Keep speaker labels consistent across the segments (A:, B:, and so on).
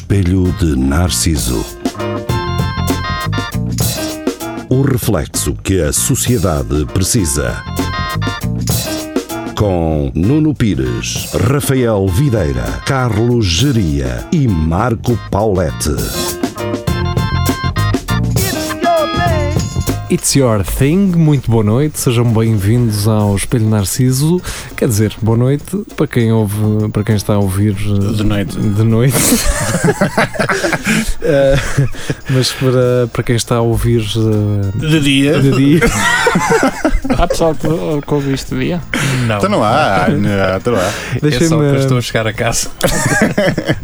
A: de Narciso. O reflexo que a sociedade precisa. Com Nuno Pires, Rafael Videira, Carlos Geria e Marco Paulette.
B: It's Your Thing, muito boa noite, sejam bem-vindos ao Espelho Narciso. Quer dizer, boa noite para quem ouve, para quem está a ouvir eh,
C: De noite.
B: de noite. Eh, mas para, para quem está a ouvir eh,
C: De dia?
B: de dia,
D: Há pessoal que que ouve isto dia?
E: Não.
C: Então não há, não há, então não há.
E: é só para as
B: deixem-me
E: pessoas chegar a casa.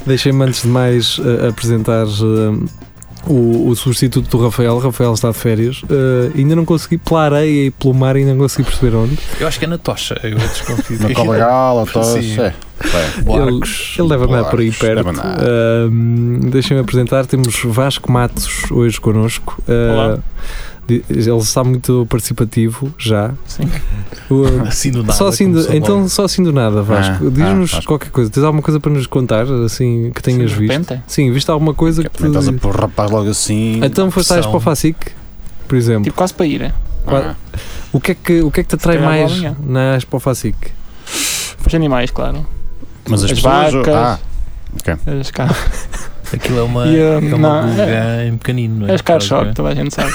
B: deixem antes de mais eh, apresentar eh, o, o substituto do Rafael. Rafael está de férias. Eh, ainda não consegui, pela areia e pelo mar, ainda não consegui perceber onde.
E: Eu acho que é na tocha. Eu desconfio.
C: Uma cola gala,
E: Sim.
C: tosse. é. Bem,
E: Barcos.
B: Ele deve andar
C: Claro,
B: por aí perto.
C: deve andar.
B: Ahm, Deixem-me apresentar, temos Vasco Matos hoje connosco. Ah,
D: Olá.
B: di- Ele está muito participativo já.
D: Sim.
B: O-
E: Assim do nada.
B: só assim do-
E: começou
B: então,
E: logo.
B: só assim do nada, Vasco.
C: Ah,
B: Diz-nos
C: ah, Vasco.
B: qualquer coisa. Tens alguma coisa para nos contar, assim, que tenhas
D: Sim, de
B: visto?
D: repente. é.
B: Sim, viste alguma coisa que.
C: é Também estás a
B: te-
C: pôr o rapaz logo assim.
B: Então foste às
E: pressão.
B: para o FACIC, por exemplo.
D: Tipo quase para ir. é?
C: Ah,
B: O que é que, o que, é que te atrai
D: calhar vou
B: mais
D: amanhã.
B: na Expo FACIC?
D: Os animais, claro.
C: Mas as
D: As
C: pessoas.
D: vacas.
C: Ah,
D: As, ca...
E: Aquilo é uma.
D: E,
E: é
D: hum,
E: uma
D: não,
E: buga em pequenino, não é?
D: as car shock,
E: Estás
D: toda a gente sabe.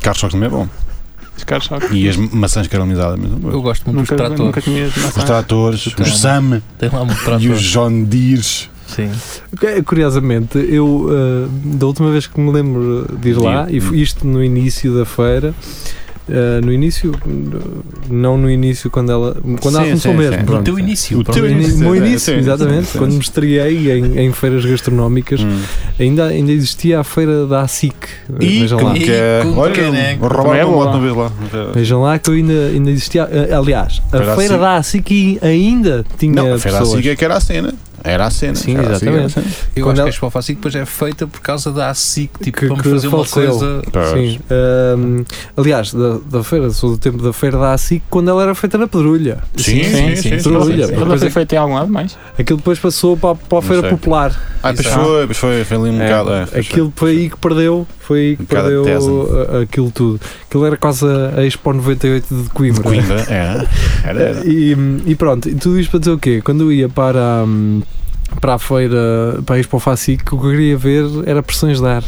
C: carros só também é bom.
D: As car shock.
C: E as maçãs caramelizadas. mas é
E: a ver? Eu gosto muito
D: Nunca,
E: Um dos tratores.
D: nunca tinha de
C: Os
D: maçã.
C: tratores,
E: Então,
C: os Sam
E: Tem lá um trator.
C: e os John Deeres.
E: Sim.
B: É, Curiosamente, eu ah, da última vez que me lembro de ir lá, e
C: Hum.
B: foi isto no início da feira, ah, no início, não no início quando ela, quando ela
C: Sim,
B: começou
C: sim,
B: mesmo,
C: sim.
E: No
B: pronto.
E: teu início.
C: O
E: pronto.
C: teu
B: No ini-
C: início,
B: no
C: é,
B: início,
C: sim,
B: exatamente,
C: sim, sim.
B: quando me estreiei em, em feiras gastronómicas,
C: Hum.
B: ainda, ainda existia a feira da ASIC.
C: E
B: vejam lá.
C: como que é?
E: E como que é,
C: Olha,
E: né?
D: Também é
C: roubaram uma
D: boa.
C: moto uma vez lá.
B: Vejam lá que eu ainda, ainda existia. ah, Aliás, a
C: Feira da
B: feira
C: SIC.
B: da ASIC ainda tinha
C: Não, foi
B: pessoas.
C: assim que é que era a cena. Era a cena.
B: Sim,
C: era a cena,
B: exatamente.
C: era a cena.
E: Eu
B: Quando
E: acho
B: ela-
E: que a Expo Fácil depois é feita por causa da ASIC. Tipo,
B: Que-
E: vamos
B: que
E: fazer uma
B: faleceu.
E: coisa.
C: Pois.
B: Sim. Ahm, aliás, da, da feira, sou do tempo da feira da ASIC, quando ela era feita na Pedrulha.
C: Sim, sim, sim. sim,
B: Trulha.
C: sim.
D: Mas
B: Pois é.
D: você foi ter algum lado mais?
B: Aquilo depois passou para, a- para a
C: Não
B: feira
C: sei.
B: popular.
C: Ah, pois
E: Exato.
C: foi, pois foi, foi ali um
B: É,
C: bocado. é, pois foi.
B: aquilo foi aí que perdeu, foi aí que
C: Um bocado
B: perdeu
C: de tese.
B: a- aquilo tudo. Aquilo era quase a a Expo 98 de
C: De
B: Coimbra. Eh,
C: Coimbra, era. Era, era.
B: E, e pronto, e tudo isto para dizer o quê? Quando eu ia para, hum, para a feira, para a Expo Facic, o que eu queria ver era pressões de ar.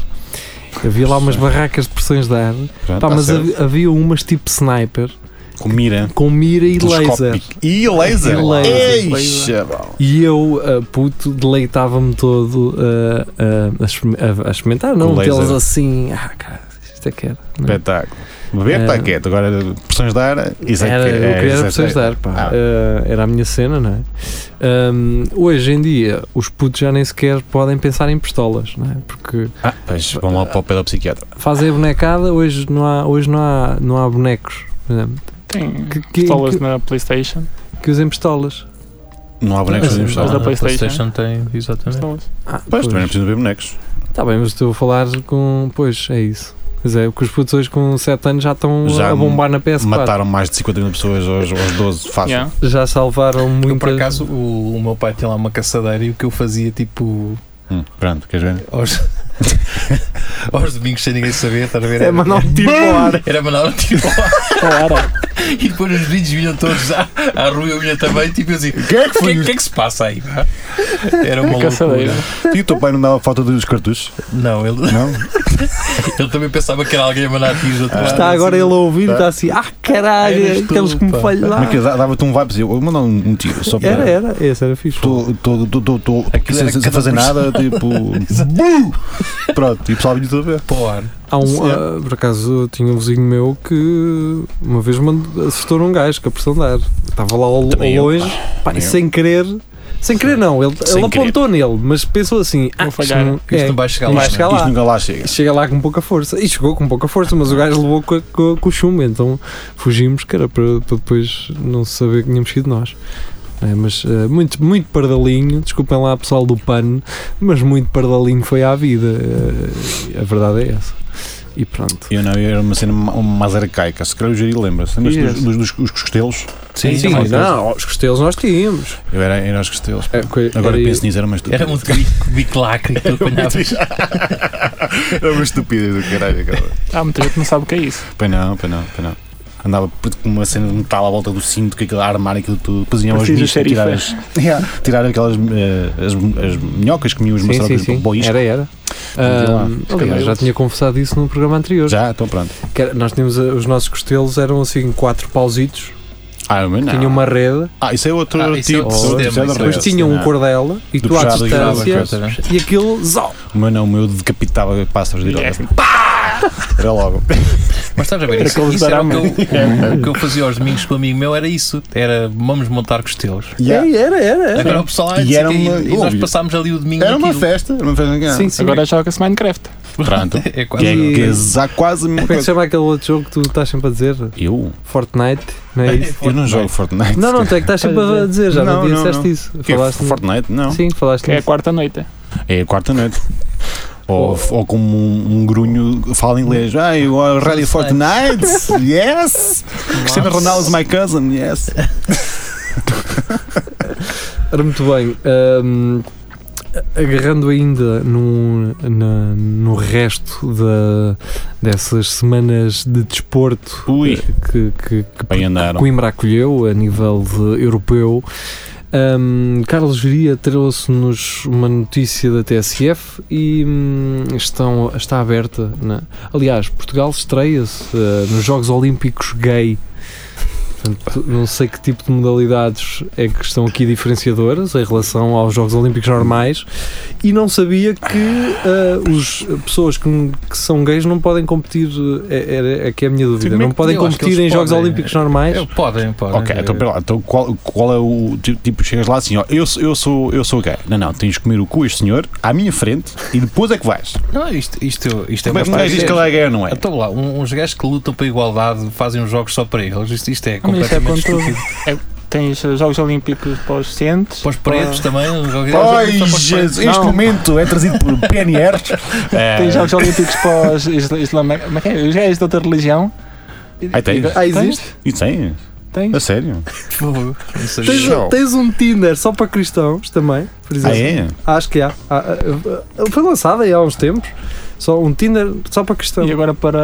B: Havia lá umas barracas de pressões de ar,
C: Pronto,
B: Pá,
C: tá
B: mas
C: certo.
B: havia, havia umas tipo sniper
C: Com mira.
B: com mira e laser.
C: Telescópico. E laser.
B: E laser.
C: Eixa, bom.
B: E eu, ah, puto, deleitava-me todo ah, ah, a, exper- a- a experimentar, não?
C: Com laser.
B: Deles assim, ah, cara, isto é que era. não é?
C: Espetáculo. Beber está
B: É.
C: quieto. Agora, pressões de ar. Isso é
B: Era,
C: que,
B: eu queria
C: é,
B: era
C: isso é
B: pessoas
C: que-
B: de ar, pá.
C: Ah.
B: Ah, era a minha cena, não é? Ahm, hoje em dia, os putos já nem sequer podem pensar em pistolas, não é? Porque
C: Ah, pois, vão lá para o pedopsiquiatra.
B: fazem a bonecada, hoje não há, hoje não há, não há bonecos por exemplo,
D: Tem
B: que, que,
D: pistolas
B: que,
D: na Playstation.
B: que usem pistolas.
C: Não há bonecos
B: Mas-
C: mas,
D: mas
C: mas,
D: da
E: Ah, a
D: PlayStation.
E: tem, exatamente.
D: Pistolas.
B: Ah,
C: Pois, também não preciso ver bonecos.
B: Está bem, mas estou a falar com. Pois, é isso. Pois é, porque os putos hoje com 7 anos já estão
C: Já
B: a bombar na PS4.
C: Mataram mais de 50 mil pessoas aos, aos 12, fácil.
D: Yeah.
B: Já salvaram muito.
E: Eu, por acaso, o, o meu pai tem lá uma caçadeira e o que eu fazia, tipo,
C: Hum, pronto, queres ver?
E: aos, aos domingos sem ninguém saber, estás a ver?
B: É mandar um tiro para o ar.
E: Era mandar um tiro ao ar
D: Claro.
E: e depois os vídeos vinham todos à, à rua, eu vinha também, tipo eu assim, o que é que, que é que se passa aí? pá?"
C: É
E: Era uma
D: Caçadeira.
E: loucura.
C: E o teu pai não dava falta dos cartuchos?
E: Não, ele,
C: Não?
E: ele também pensava que era alguém a mandar tiros
C: Ah.
E: do outro lado.
B: Está agora ele a ouvir e
E: Tá.
B: está assim, ah
E: Eras
B: caralho,
E: tu,
B: temos que me
E: pá."
C: Como é
B: falhar.
C: que dá- dava-te um vibes? Eu vou mandar um, um tiro, só para.
B: Era, era, esse era fixe.
C: Estou
E: Aquilo
C: sem
E: era
C: sem
E: cada
C: fazer
E: pessoa.
C: nada, tipo. bum! Pronto, e o pessoal vinha tudo a ver.
E: Para o ar.
B: Há um,
C: Sim.
B: ah, por acaso, tinha um vizinho meu que uma vez mandou- assustou num gajo com a pressão de ar. Estava lá ao, ao
C: Também eu.
B: longe, pá, e
C: Também eu.
B: sem querer, sem querer não, ele,
C: Sem
B: ele
C: querer.
B: apontou nele, mas pensou assim: ah,
D: Vou
B: isto
D: falhar.
B: não-
E: Isto
B: é,
E: não vai chegar
B: não
E: lá.
B: vai chegar lá.
C: Isto nunca lá chega.
B: Chega lá com pouca força. E chegou com pouca força, mas o gajo levou com, com, com o chumbo, então fugimos, que era para, para depois não se saber que tínhamos sido nós. É, mas eh, muito, muito pardalinho, desculpem lá pessoal do pano, mas muito pardalinho foi à vida. eh, a verdade é essa. E pronto.
C: Eu não, eu era uma cena ma- mais arcaica. Se calhar o Jiri lembra-se. Lembra-se
B: Yes.
C: dos, dos, dos- dos costelos?
E: Sim,
B: Sim,
E: também.
B: É não, os costelos nós tínhamos.
C: Eu era, era aos costelos.
B: É, coi-
C: Agora
B: era-
C: penso nisso, era uma
E: é? Era um
C: estupidez.
E: muito bico- biclacre que eu apanhava.
C: era uma estupidez do caralho. aquela.
D: Há muita gente que não sabe o que é isso.
C: Pois não, pois não, pois não. Andava por- com uma cena de metal à volta do cinto, que aquilo a armar aquilo tudo, depois iam aos
D: Parecia
C: bichos a
D: xerife.
C: tirar, as, Yeah, tirar aquelas eh, as, as minhocas que comiam os
B: Sim, sim,
C: maçarocas para o
B: sim.
C: boisco.
B: Era, era. Ah,
C: lá.
B: aliás, já tinha confessado isso no programa anterior.
C: Já, então pronto.
B: Que era- nós tínhamos ah, os nossos costelos, eram assim quatro pausitos,
C: Ah, mas não.
B: tinham uma rede,
C: Ah, isso é outro
E: Ah, isso é
C: tipo.
E: outro
C: isso é outro
E: sistema,
C: tipo de
E: isso é
B: depois
E: Parece,
C: resto,
B: tinham um
C: não.
B: cordel e
C: Do
B: tu à
C: puxado e grava,
B: distância
E: coisa, né?
B: e aquilo zau.
C: O meu não, o meu decapitava pássaros
D: E é
C: direto.
D: assim,
C: Era logo.
E: Mas estás a ver, isso,
D: aqueles
E: isso era o que,
D: arames.
E: eu, o que eu fazia aos domingos com um amigo meu, era isso. Era vamos montar costelos.
C: Yeah.
B: É, Era, era, era.
E: Agora o pessoal lá
C: E
E: disse
C: era
E: que-
C: uma-
E: e nós
C: óbvio.
E: passámos ali o domingo
C: Era uma
E: naquilo.
C: festa. Era uma festa que
B: Sim, sim.
D: Agora joga-se Minecraft.
C: Pronto.
E: É
C: Que é,
E: quase.
B: E-
C: que é há quase
B: Como é
C: uma
B: que se
C: coisa.
B: chama aquele outro jogo que tu estás sempre a dizer?
C: Eu?
B: Fortnite, não é isso?
C: Eu não jogo Fortnite.
B: Não, não, tu é que estás sempre a dizer, já
C: Não,
B: não,
C: não,
B: disseste
C: não.
B: isso.
C: Que é
B: Falaste
C: Fortnite? Não.
B: Sim, falaste
D: Que é a
B: nisso.
D: quarta noite.
C: É a quarta noite.
B: Oh.
C: Ou, ou como um, um grunho fala inglês. Ah, eu ready Fortnite? Yes! Cristiano Ronaldo is my cousin? Yes!
B: Ora, muito bem. hum, agarrando ainda no, na- no resto da, dessas semanas de desporto
C: Ui.
B: eh, que, que, que
C: Bem andaram.
B: Coimbra acolheu a nível de- europeu. Hum, Carlos Geria trouxe-nos uma notícia da TSF e hum, estão, está aberta. na- Aliás, Portugal estreia-se eh, nos Jogos Olímpicos Gay. Portanto, não sei que tipo de modalidades é que estão aqui diferenciadoras em relação aos Jogos Olímpicos normais e não sabia que eh, os pessoas que, n- que são gays não podem competir. É, é, é que é a minha dúvida.
D: Como é
B: Não
D: que-
B: podem
E: eu acho que
B: competir em
E: eles
B: Jogos
E: podem. É
B: Olímpicos normais.
E: Eu- Podem, podem.
C: Ok, então pera lá, então qual, qual é o tipo, tipo, chegas lá assim, ó, eu, sou- eu sou eu sou gay. Não, não, tens de comer o cu este senhor à minha frente e depois é que vais.
E: Não, isto, isto, isto é
C: Como é
E: uma
C: que um gajo diz que
E: história.
C: ele é gay ou não é?
E: Então lá, um- uns gajos que lutam para a igualdade fazem uns jogos só para eles. Isto, isto é
D: Mas isto é
E: completamente
D: com tudo.
E: estúpido.
D: Tens eh, Jogos Olímpicos para os cientes.
E: Para os pretos também. os jogos-
C: Ai,
E: só para os
C: Jesus,
E: pretos.
C: este
D: Não.
C: momento é trazido por PNR. É.
D: Tem Jogos Olímpicos para os isla- islama- como é que é? Os gays de outra religião. E-
C: Ah, tens?
D: e-
B: Ah, existe?
C: E tens?
D: Tens?
C: A sério?
E: Fogo, não sabia.
B: Tens, tens um Tinder só para cristãos também, por
C: Ah,
B: exemplo.
C: é?
B: Acho que há. Há, ah, ah, Foi lançado aí há uns tempos. Só um Tinder só para cristãos.
D: E agora para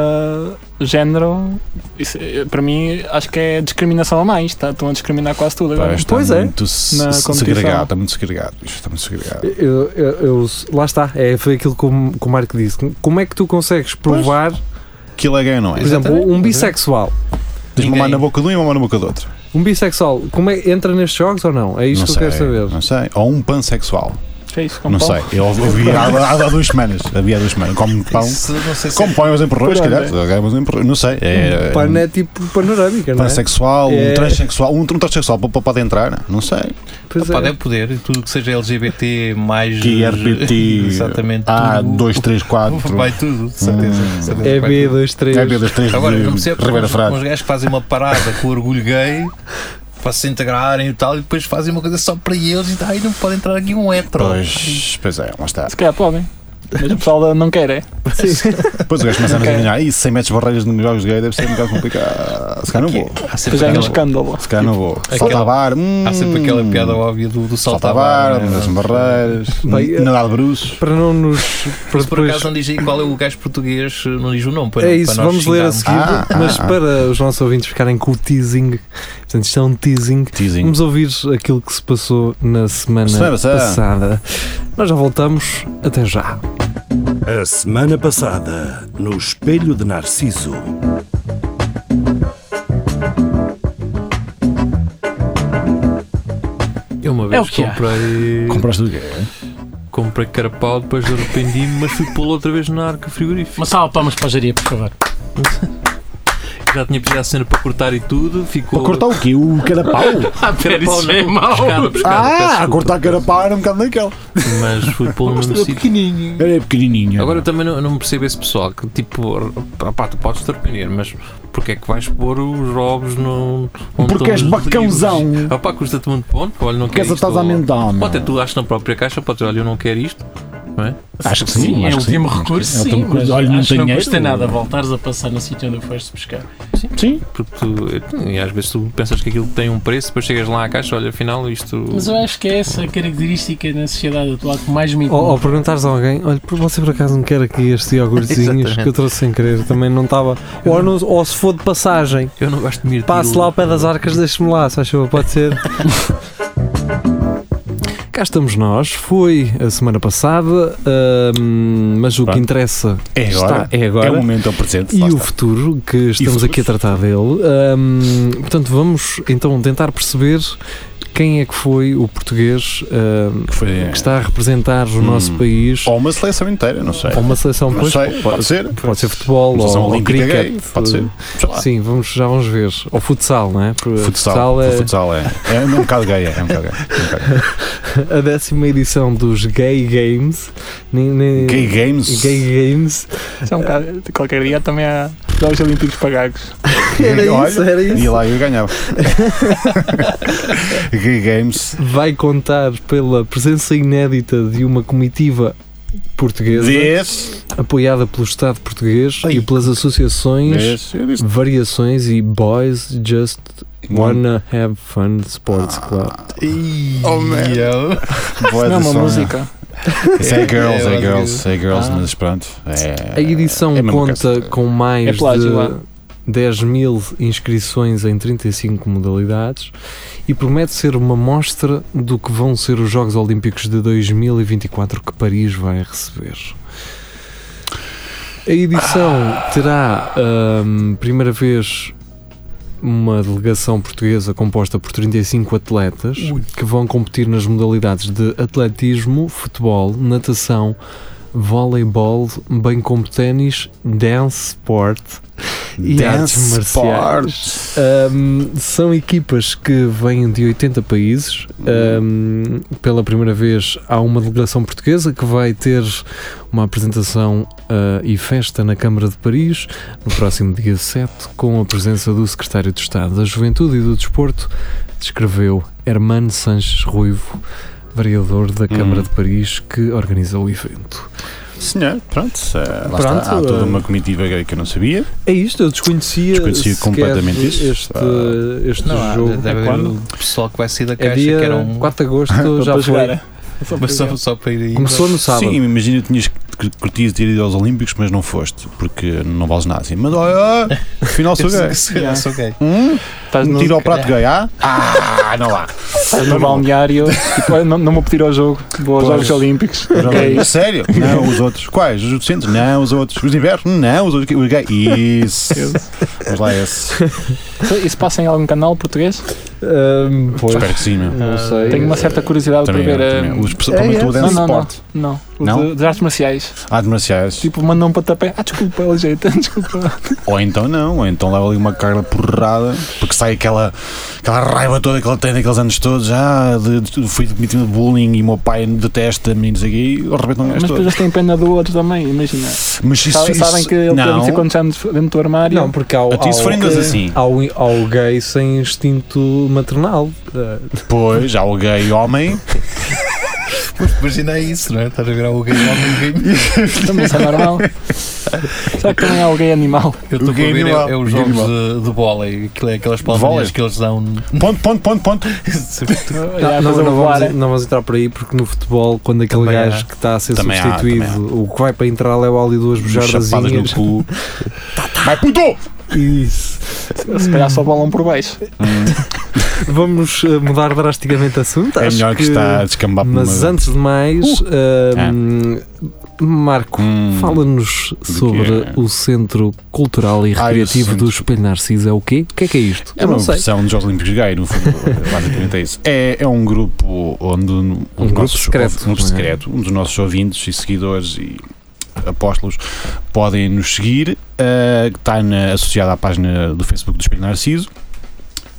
D: género, isso, eh, para mim acho que é discriminação a mais, tá? estão a discriminar quase tudo agora.
C: Pá, está
B: Pois é.
C: muito se-
D: Na
C: se-
D: competição.
C: segregado, está muito segregado. Isto está muito segregado.
B: Eu, eu- eu- lá está, é, foi aquilo que o, que o Marco disse. Como é que tu consegues provar,
C: Que ele é gay ou não é?
B: por exemplo,
E: Exatamente.
B: um bissexual?
C: Tens uma
E: Ninguém.
C: mão na boca de um e uma mão na boca do outro.
B: Um bissexual, como é, entra nestes jogos ou não? É isto
C: não
B: que
C: sei,
B: eu quero saber. Então
C: Não sei. Ou um pansexual.
D: É isso, com
C: não
D: pau.
C: sei. Eu ouvi há, há, há duas semanas. Havia duas semanas. Como pão.
E: Isso, não sei se
C: Como põe os emperrões, se
D: Por
C: calhar.
D: onde?
C: Ganha uns emperrões, Não sei. É,
B: Pan é tipo panorâmica, não é?
C: pansexual,
B: É.
C: um transexual. Um, um transexual po- po- pode entrar. Não sei.
B: Pois
E: Pá,
B: é.
E: deve poder, tudo que seja LGBT, mais.
C: Que RPT.
E: Exatamente.
C: A,
E: tudo.
C: 2, 3, 4.
E: Vai tudo, de certeza.
C: Ah, Hum.
E: de certeza
B: É
E: que vai tudo.
B: B23.
C: É B das 3 de
E: Agora, eu não percebo como
C: Ribeira
E: os
C: Frade.
E: como os gajos que fazem uma parada com o orgulho gay para se integrarem e tal, e depois fazem uma coisa só para eles e ai, não pode entrar aqui um hétero.
C: Pois, pois é, lá está.
D: Se calhar podem. Mas o pessoal não quer, é?
C: Depois o gajo começa a
D: Ok.
C: imaginar, isso sem metes barreiras nos jogos gay deve ser um bocado complicado. Se calhar não vou.
E: Há sempre,
D: Depois é um
E: aquela,
D: escândalo.
C: Se calhar não vou.
E: Aquela-
C: Salta a bar. Hum,
E: há sempre aquela piada óbvia do, é? do salto
C: Salta
E: à
C: a bar,
E: barra.
C: mudas barreiras.
B: Bem,
C: n- Nadar de bruços.
B: Para não nos. Para
E: Mas por
B: depois
E: acaso não diz aí qual é o gajo português,
F: eh,
E: não diz o nome. Para,
B: É isso,
E: para nós
B: vamos ler a seguir,
E: xingarmos.
C: Ah, ah,
B: mas
C: ah.
B: para os nossos ouvintes ficarem com o teasing, portanto, isto é um teasing.
C: Teasing.
B: Vamos ouvir aquilo que se passou na semana
C: Semana passada.
B: passada. Nós já voltamos, até já.
A: A semana passada, no Espelho de Narciso.
F: Eu uma
E: É
F: vez
E: o que há.
F: comprei,
C: Compraste o gay?
F: comprei carapau, depois arrependi-me, mas fui pô-lo outra vez na arca frigorífica.
G: Uma salva de palmas para a Jaria, por favor.
F: Já tinha pedido a cena para cortar e tudo, ficou.
C: Para cortar o quê? O carapau?
G: Ah, pera,
F: Carapau
G: isso é
F: não,
G: mau.
F: pescada, pescada,
C: Ah,
F: peço
C: cortar carapau era um bocado daquele.
F: desculpa, Mas fui pô-lo no mesmo sítio.
E: pequenininho.
C: Era pequenininho.
F: Agora eu também não, não percebo esse pessoal que tipo, pá, pá, tu podes te arrepender, mas porque é que vais pôr os robos no. onde estão
C: Porque és
F: os livros?
C: bacãozão.
F: Ah, pá, custa-te muito ponto, olha, não
C: Porque
F: quero
C: essa
F: isto.
C: estás a
F: ou-
C: mental.
F: ou até tu achas na própria caixa, pode dizer, olha, eu não quero isto.
C: Acho que sim.
G: Sim, é
C: acho
G: o
C: que sim.
G: último recurso,
C: É o
G: sim.
C: último
G: Mas
C: recurso.
G: olha, não
C: Acho que
G: tem
C: não
G: custa
C: custa
G: nada
C: nada.
G: voltares a passar no sítio onde o foste buscar.
C: Sim.
F: Porque tu, e às vezes tu pensas que aquilo tem um preço, depois chegas lá à caixa, olha, afinal isto.
G: Mas eu acho que é essa característica na sociedade atual que mais me
D: Oh,
B: Ou, ou perguntares a alguém, olha, por você por acaso não quer aqui estes iogurtezinhos que eu trouxe sem querer, também não estava. Ou, não- ou se for de passagem,
F: Eu não gosto de me
B: passe lá ao pé das arcas, deixe-me lá, se achou, pode ser. Cá estamos nós, foi a semana passada, hum, mas o que
C: Pronto.
B: interessa
C: É agora.
B: está, é agora.
C: É o momento ao presente.
B: E
C: lá
B: o
C: está.
B: futuro, que estamos
C: futuro.
B: aqui a tratar dele. Hum, portanto, vamos então tentar perceber quem é que foi o português hum,
C: Que foi-
B: que está a representar o
C: É. Hum.
B: nosso país
C: Ou uma seleção inteira, não sei.
B: ou uma seleção.
C: Não
B: pois,
C: sei, pode ser.
B: Pode ser futebol
C: Uma seleção
B: ou, ou
C: olímpica
B: cricket.
C: gay, pode ser. Sei lá.
B: Sim, vamos, já vamos ver. Ou futsal, não é? Porque
C: Futsal,
B: é
C: futsal é. É um bocado gay, é um bocado gay. é um bocado gay.
B: a décima edição dos Gay Games. Nem, nem-
C: Gay games.
B: Gay Games.
D: Isso é um bocado- qualquer dia também há Jogos Olímpicos pagagos.
B: Era
C: Olha,
B: isso, era
C: E
B: isso.
C: lá eu ganhava. gay games.
B: Vai contar pela presença inédita de uma comitiva portuguesa.
C: Desse.
B: apoiada pelo Estado português
C: Ai.
B: e pelas associações
C: Desse. Eu disse.
B: Variações e Boys Just Wanna Have Fun Sports
C: Ah.
B: Club.
C: Oh, man. Boa
D: não é uma
C: edição.
D: música.
C: Isso É girls,
E: É,
C: é
E: é
C: girls, é girls,
D: Ah.
C: mas pronto. É,
B: A edição
C: é mesmo
B: conta
C: caso.
B: com mais
D: É plágio, lá.
B: de 10 mil inscrições em 35 modalidades e promete ser uma mostra do que vão ser os Jogos Olímpicos de 2024 que Paris vai receber. A edição terá ahm, primeira vez uma delegação portuguesa composta por 35 atletas que vão competir nas modalidades de atletismo, futebol, natação, voleibol, bem como ténis, dance sport e artes
C: Dance
B: marciais.
C: sports.
B: Ahm, são equipas que vêm de 80 países. Ahm, pela primeira vez há uma delegação portuguesa que vai ter uma apresentação ah, e festa na Câmara de Paris no próximo dia 7, com a presença do Secretário de Estado da Juventude e do Desporto, descreveu Hermano Sanches Ruivo, vereador da Câmara
C: Hum.
B: de Paris, que organiza o evento.
C: Senhor, pronto. eh, lá
B: Pronto,
C: está. Há toda
B: eh,
C: uma comitiva gay que eu não sabia.
B: É isto, eu desconhecia,
C: Desconhecia
B: sequer
C: completamente isto.
B: este,
C: Ah.
B: este
E: Não, há-
B: jogo.
E: deve haver
D: quando?
E: o pessoal que vai sair da
B: É
E: caixa
B: dia
E: que era um.
B: 4 de agosto, já
D: Para
B: foi.
D: jogar. Só para
E: Mas só,
D: jogar.
E: só para ir aí.
B: Começou no sábado.
C: Sim, imagina que tinhas que curtias ter ido aos Olímpicos, mas não foste, porque não vales nada assim. Mas olha, afinal sou gay.
E: Sou, sou gay.
C: Hum?
D: Estás
C: Um
D: no,
C: tiro ao prato gay, ah? Ah, não há.
D: estás no balneário, tipo, "Ah, não, não vou pedir ao jogo, vou aos
C: Pois.
D: Jogos Olímpicos.
C: Não,
D: Ok.
C: Sério? Não, os outros. Quais? Os do centro? Não, os outros. Os de inverno? Não, os outros. Os gay. Isso. Vamos lá, esse.
D: Isso passa em algum canal português?
B: Ahm, pois, É
C: Espero que sim,
E: Ah,
C: meu.
B: não sei.
D: Tenho uma certa curiosidade
C: Também,
D: para ver.
C: eu, também.
D: eh,
C: Os, principalmente
B: é.
C: o
D: Não,
C: dance
D: não, não.
C: sport.
D: Não. O
C: Não?
D: de- de artes marciais.
C: Artes marciais.
D: Tipo, mandam um pontapé. Ah, desculpa, ele jeito. Desculpa.
C: Ou então não, ou então leva ali uma carga porrada, porque sai aquela, aquela raiva toda que ele tem daqueles anos todos. Ah, de, de, fui vítima de bullying e o meu pai detesta-me e não sei o quê, e arrebentam um
D: Mas
C: gajo
D: depois
C: todo.
D: eles têm pena do outro também, imagina.
C: Mas isso,
D: Sabem,
C: isso
D: sabem que ele tem
C: não,
D: 50 anos dentro do armário.
B: Não, porque há, o-
C: Até
B: há,
C: isso
B: o-
C: forem dois assim.
B: há, o- há o gay sem instinto maternal. Ah,
C: Pois, há o gay homem.
E: Mas imagina isso, não é? Estás a ver o gay homem o gay.
D: Também isso é normal. Será que também há alguém animal?
E: Eu estou
C: O
E: a
C: gay
E: ver
C: animal.
E: é, é os
C: O gay
E: jogos de, de vôlei, aquilo é aquelas palminhas
C: Vôlei.
E: que eles dão.
C: Ponto, ponto, ponto, ponto.
D: Já
B: não,
D: fazer
B: não
D: um voar,
B: vamos, não vamos entrar por aí, porque no futebol, quando aquele
E: Também é.
B: gajo
E: há.
B: que está a ser
C: Também há,
B: substituído,
C: também
B: o que vai para entrar leva ali duas
C: Chapadas no
B: bujardazinhas.
C: cu. Tá, Vai puto!
B: Isso.
D: é. Se calhar só balão por baixo.
B: Vamos ah, mudar drasticamente de assunto.
C: É
B: acho
C: melhor que está a descambar por
B: Mas
C: uma-
B: antes de mais, ah, Marco,
C: Uh! Hum,
B: Fala-nos
C: que
B: sobre
C: é?
B: o Centro Cultural e
C: Ah,
B: Recreativo
C: o
B: do
C: centro.
B: Espelho Narciso. É o quê? O que é que é isto?
C: É uma versão dos Jogos Olímpicos Gay, no fundo, basicamente é isso. É, é um grupo onde um, dos
B: grupo
C: nossos-
B: secreto,
C: um grupo
B: não é?
C: secreto, um dos nossos ouvintes e seguidores e apóstolos podem nos seguir, eh, que está na- associado à página do Facebook do Espelho Narciso.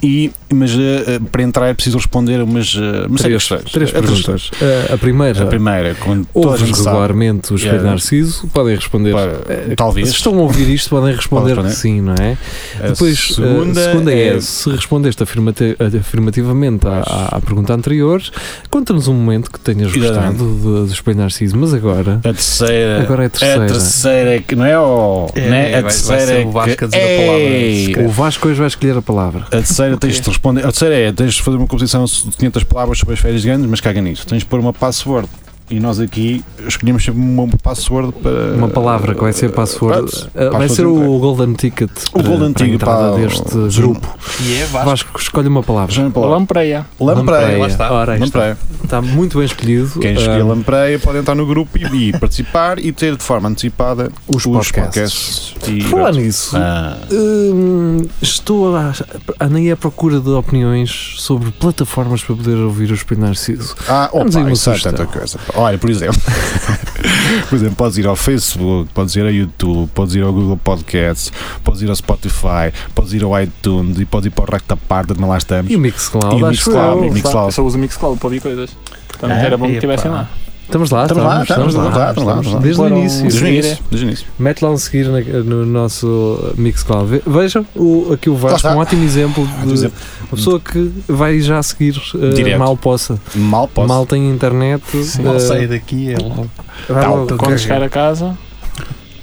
C: E, mas eh, eh, para entrar é preciso responder umas, eh, umas
B: Três,
C: séries.
B: três
C: É preciso-
B: perguntas. Ah, a primeira.
C: A primeira, quando todas
B: Ouvem
C: me sabem,
B: regularmente o Espelho
C: Yeah.
B: Narciso, podem responder.
C: Para-
B: eh,
C: talvez.
B: Se estão a ouvir isto, podem responder
C: Podem
B: que
C: responder.
B: sim, não é?
C: a
B: Depois,
C: segunda,
B: a segunda é,
C: é
B: se respondeste afirmati- afirmativamente à, à- à pergunta anterior, conta-nos um momento que tenhas gostado
C: Exatamente.
B: do, do Espelho Narciso, mas agora,
C: A terceira.
B: agora é a terceira.
C: A terceira é que. Não é? Oh,
F: É,
C: né?
F: vai-
C: A
F: vai
C: terceira
F: ser
C: é
F: o Vasco
C: que-
F: a dizer a palavra. é
C: Ei!
B: O Vasco hoje vai escolher a palavra.
C: A terceira tens de responder. A terceira é: tens de fazer uma composição de 500 palavras sobre as férias grandes, mas caga nisso. Tens de pôr uma password. E nós aqui escolhemos sempre uma password para.
B: Uma palavra que vai ser password.
C: Pronto,
B: Ah, vai
C: password
B: ser o
C: inteira.
B: Golden Ticket.
C: O
B: para-
C: Golden
B: para a
C: Ticket
B: entrada
C: para o-
B: deste grupo.
E: E é Vasco.
B: Vasco, escolhe uma palavra.
C: Já me palavra.
D: Lampreia.
C: Lampreia. lá está.
B: Ora, aí está.
C: Lampreia.
B: Está muito bem escolhido.
F: Um.
C: Quem escolher
B: Ah,
C: Lampreia pode entrar no grupo e, e participar e ter de forma antecipada
B: os podcasts.
C: e-
B: Falar nisso,
C: Ah,
B: Hum, estou a, andei à procura de opiniões sobre plataformas para poder ouvir o Espelho Narciso.
C: Ah,
B: Vamos aí
C: opa,
B: uma
C: isso é
B: sugestão.
C: tanta coisa. Olha, por exemplo, por exemplo, podes ir ao Facebook, podes ir ao YouTube, podes ir ao Google Podcasts, podes ir ao Spotify, podes ir ao iTunes e podes ir para o Recta Parda, não lá estamos.
B: E o Mixcloud,
C: E o
B: acho
C: Mixcloud,
B: eu.
C: e o Mixcloud.
D: Eu só uso o Mixcloud para ouvir coisas. Portanto,
C: É?
D: era bom que
F: Epá.
D: estivessem lá.
B: Estamos lá,
C: Estamos lá, estamos lá, estamos lá, estamos lá.
B: Desde o
D: Foram-
B: início.
C: Desde o
D: seguir,
B: é.
C: início, desde o início.
B: Mete lá um seguir na- no nosso Mixcloud. Ve- Vejam o, aqui o Vasco,
C: Lá está.
B: um ótimo exemplo
C: Por
B: de
C: exemplo,
B: uma pessoa que vai já seguir eh,
C: Direto.
B: mal possa.
C: mal posso.
B: Mal tem internet. eh,
E: Mal sair daqui é logo.
B: vai
C: Tal.
B: logo
D: Quando
B: carregar.
D: chegar a casa,